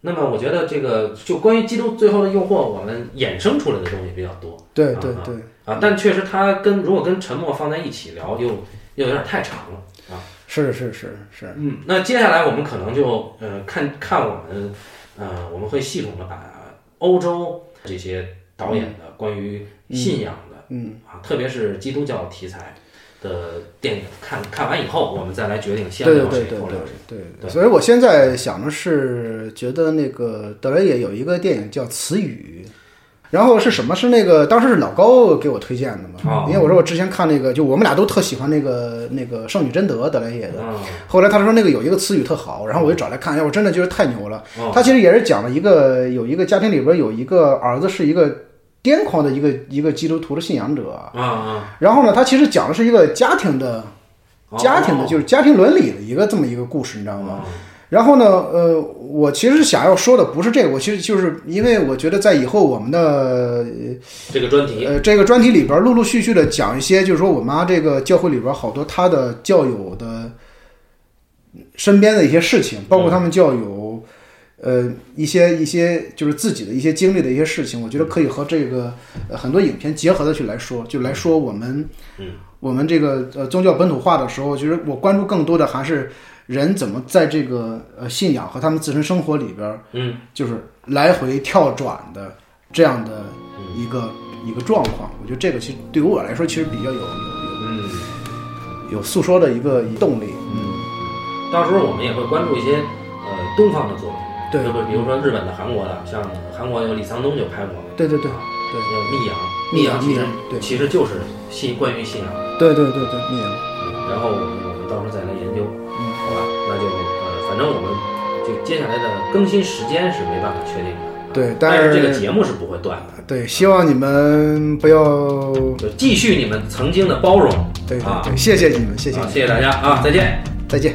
那么我觉得这个就关于《基督最后的诱惑》，我们衍生出来的东西比较多
对对
啊
对，
啊，但确实它跟如果跟沉默放在一起聊，又又有点太长了啊。
是是是是，
嗯，那接下来我们可能就呃看看我们呃我们会系统的把欧洲这些导演的关于信仰的，嗯啊，特别是基督教题材的电影看看完以后，我们再来决定先
对对
聊
对
谁
对
后聊谁。
对
对
对。所以我现在想的是，觉得那个德莱也有一个电影叫《词语》。然后是什么？是那个当时是老高给我推荐的
哦
嘛？因为我说我之前看那个，就我们俩都特喜欢那个那个《圣女贞德》德莱也的。
嗯
后来他说那个有一个词语特好，然后我就找来看，哎，我真的觉得太牛了。
哦
他其实也是讲了一个有一个家庭里边有一个儿子是一个癫狂的一个一个基督徒的信仰者，
啊啊，
然后呢，他其实讲的是一个家庭的
哦
家庭的，就是家庭伦理的一个这么一个故事，你知道吗？
嗯
然后呢，呃，我其实想要说的不是这个，我其实就是因为我觉得在以后我们的
这个专题，
呃这个专题里边，陆陆续续的讲一些，就是说我妈这个教会里边好多她的教友的身边的一些事情，包括他们教友，呃，一些一些就是自己的一些经历的一些事情，我觉得可以和这个、呃、很多影片结合的去来说，就来说我们，
嗯，
我们这个呃宗教本土化的时候，其实我关注更多的还是人怎么在这个呃信仰和他们自身生活里边
嗯，
就是来回跳转的这样的
嗯
一个、一个状况。我觉得这个其实对于我来说，其实比较有有
嗯，
有诉说的一个动力。嗯，
到时候我们也会关注一些呃东方的作品，
对
就比如说日本的、韩国的，像韩国有李沧东就拍过，
对对对
啊
对
叫密阳，
密
阳
阳
其实
密阳对
其实就是信关于信仰，
对对对对，密阳，
嗯然后我们我们到时候再来研究，
嗯
好吧？那就呃，反正我们就接下来的更新时间是没办法确定的，
对
但
但是
这个节目是不会断的，
对，希望你们不要
就继续你们曾经的包容，
对对
啊
对，谢谢你们，谢谢
啊
你们，
谢谢大家啊，再见。
再见。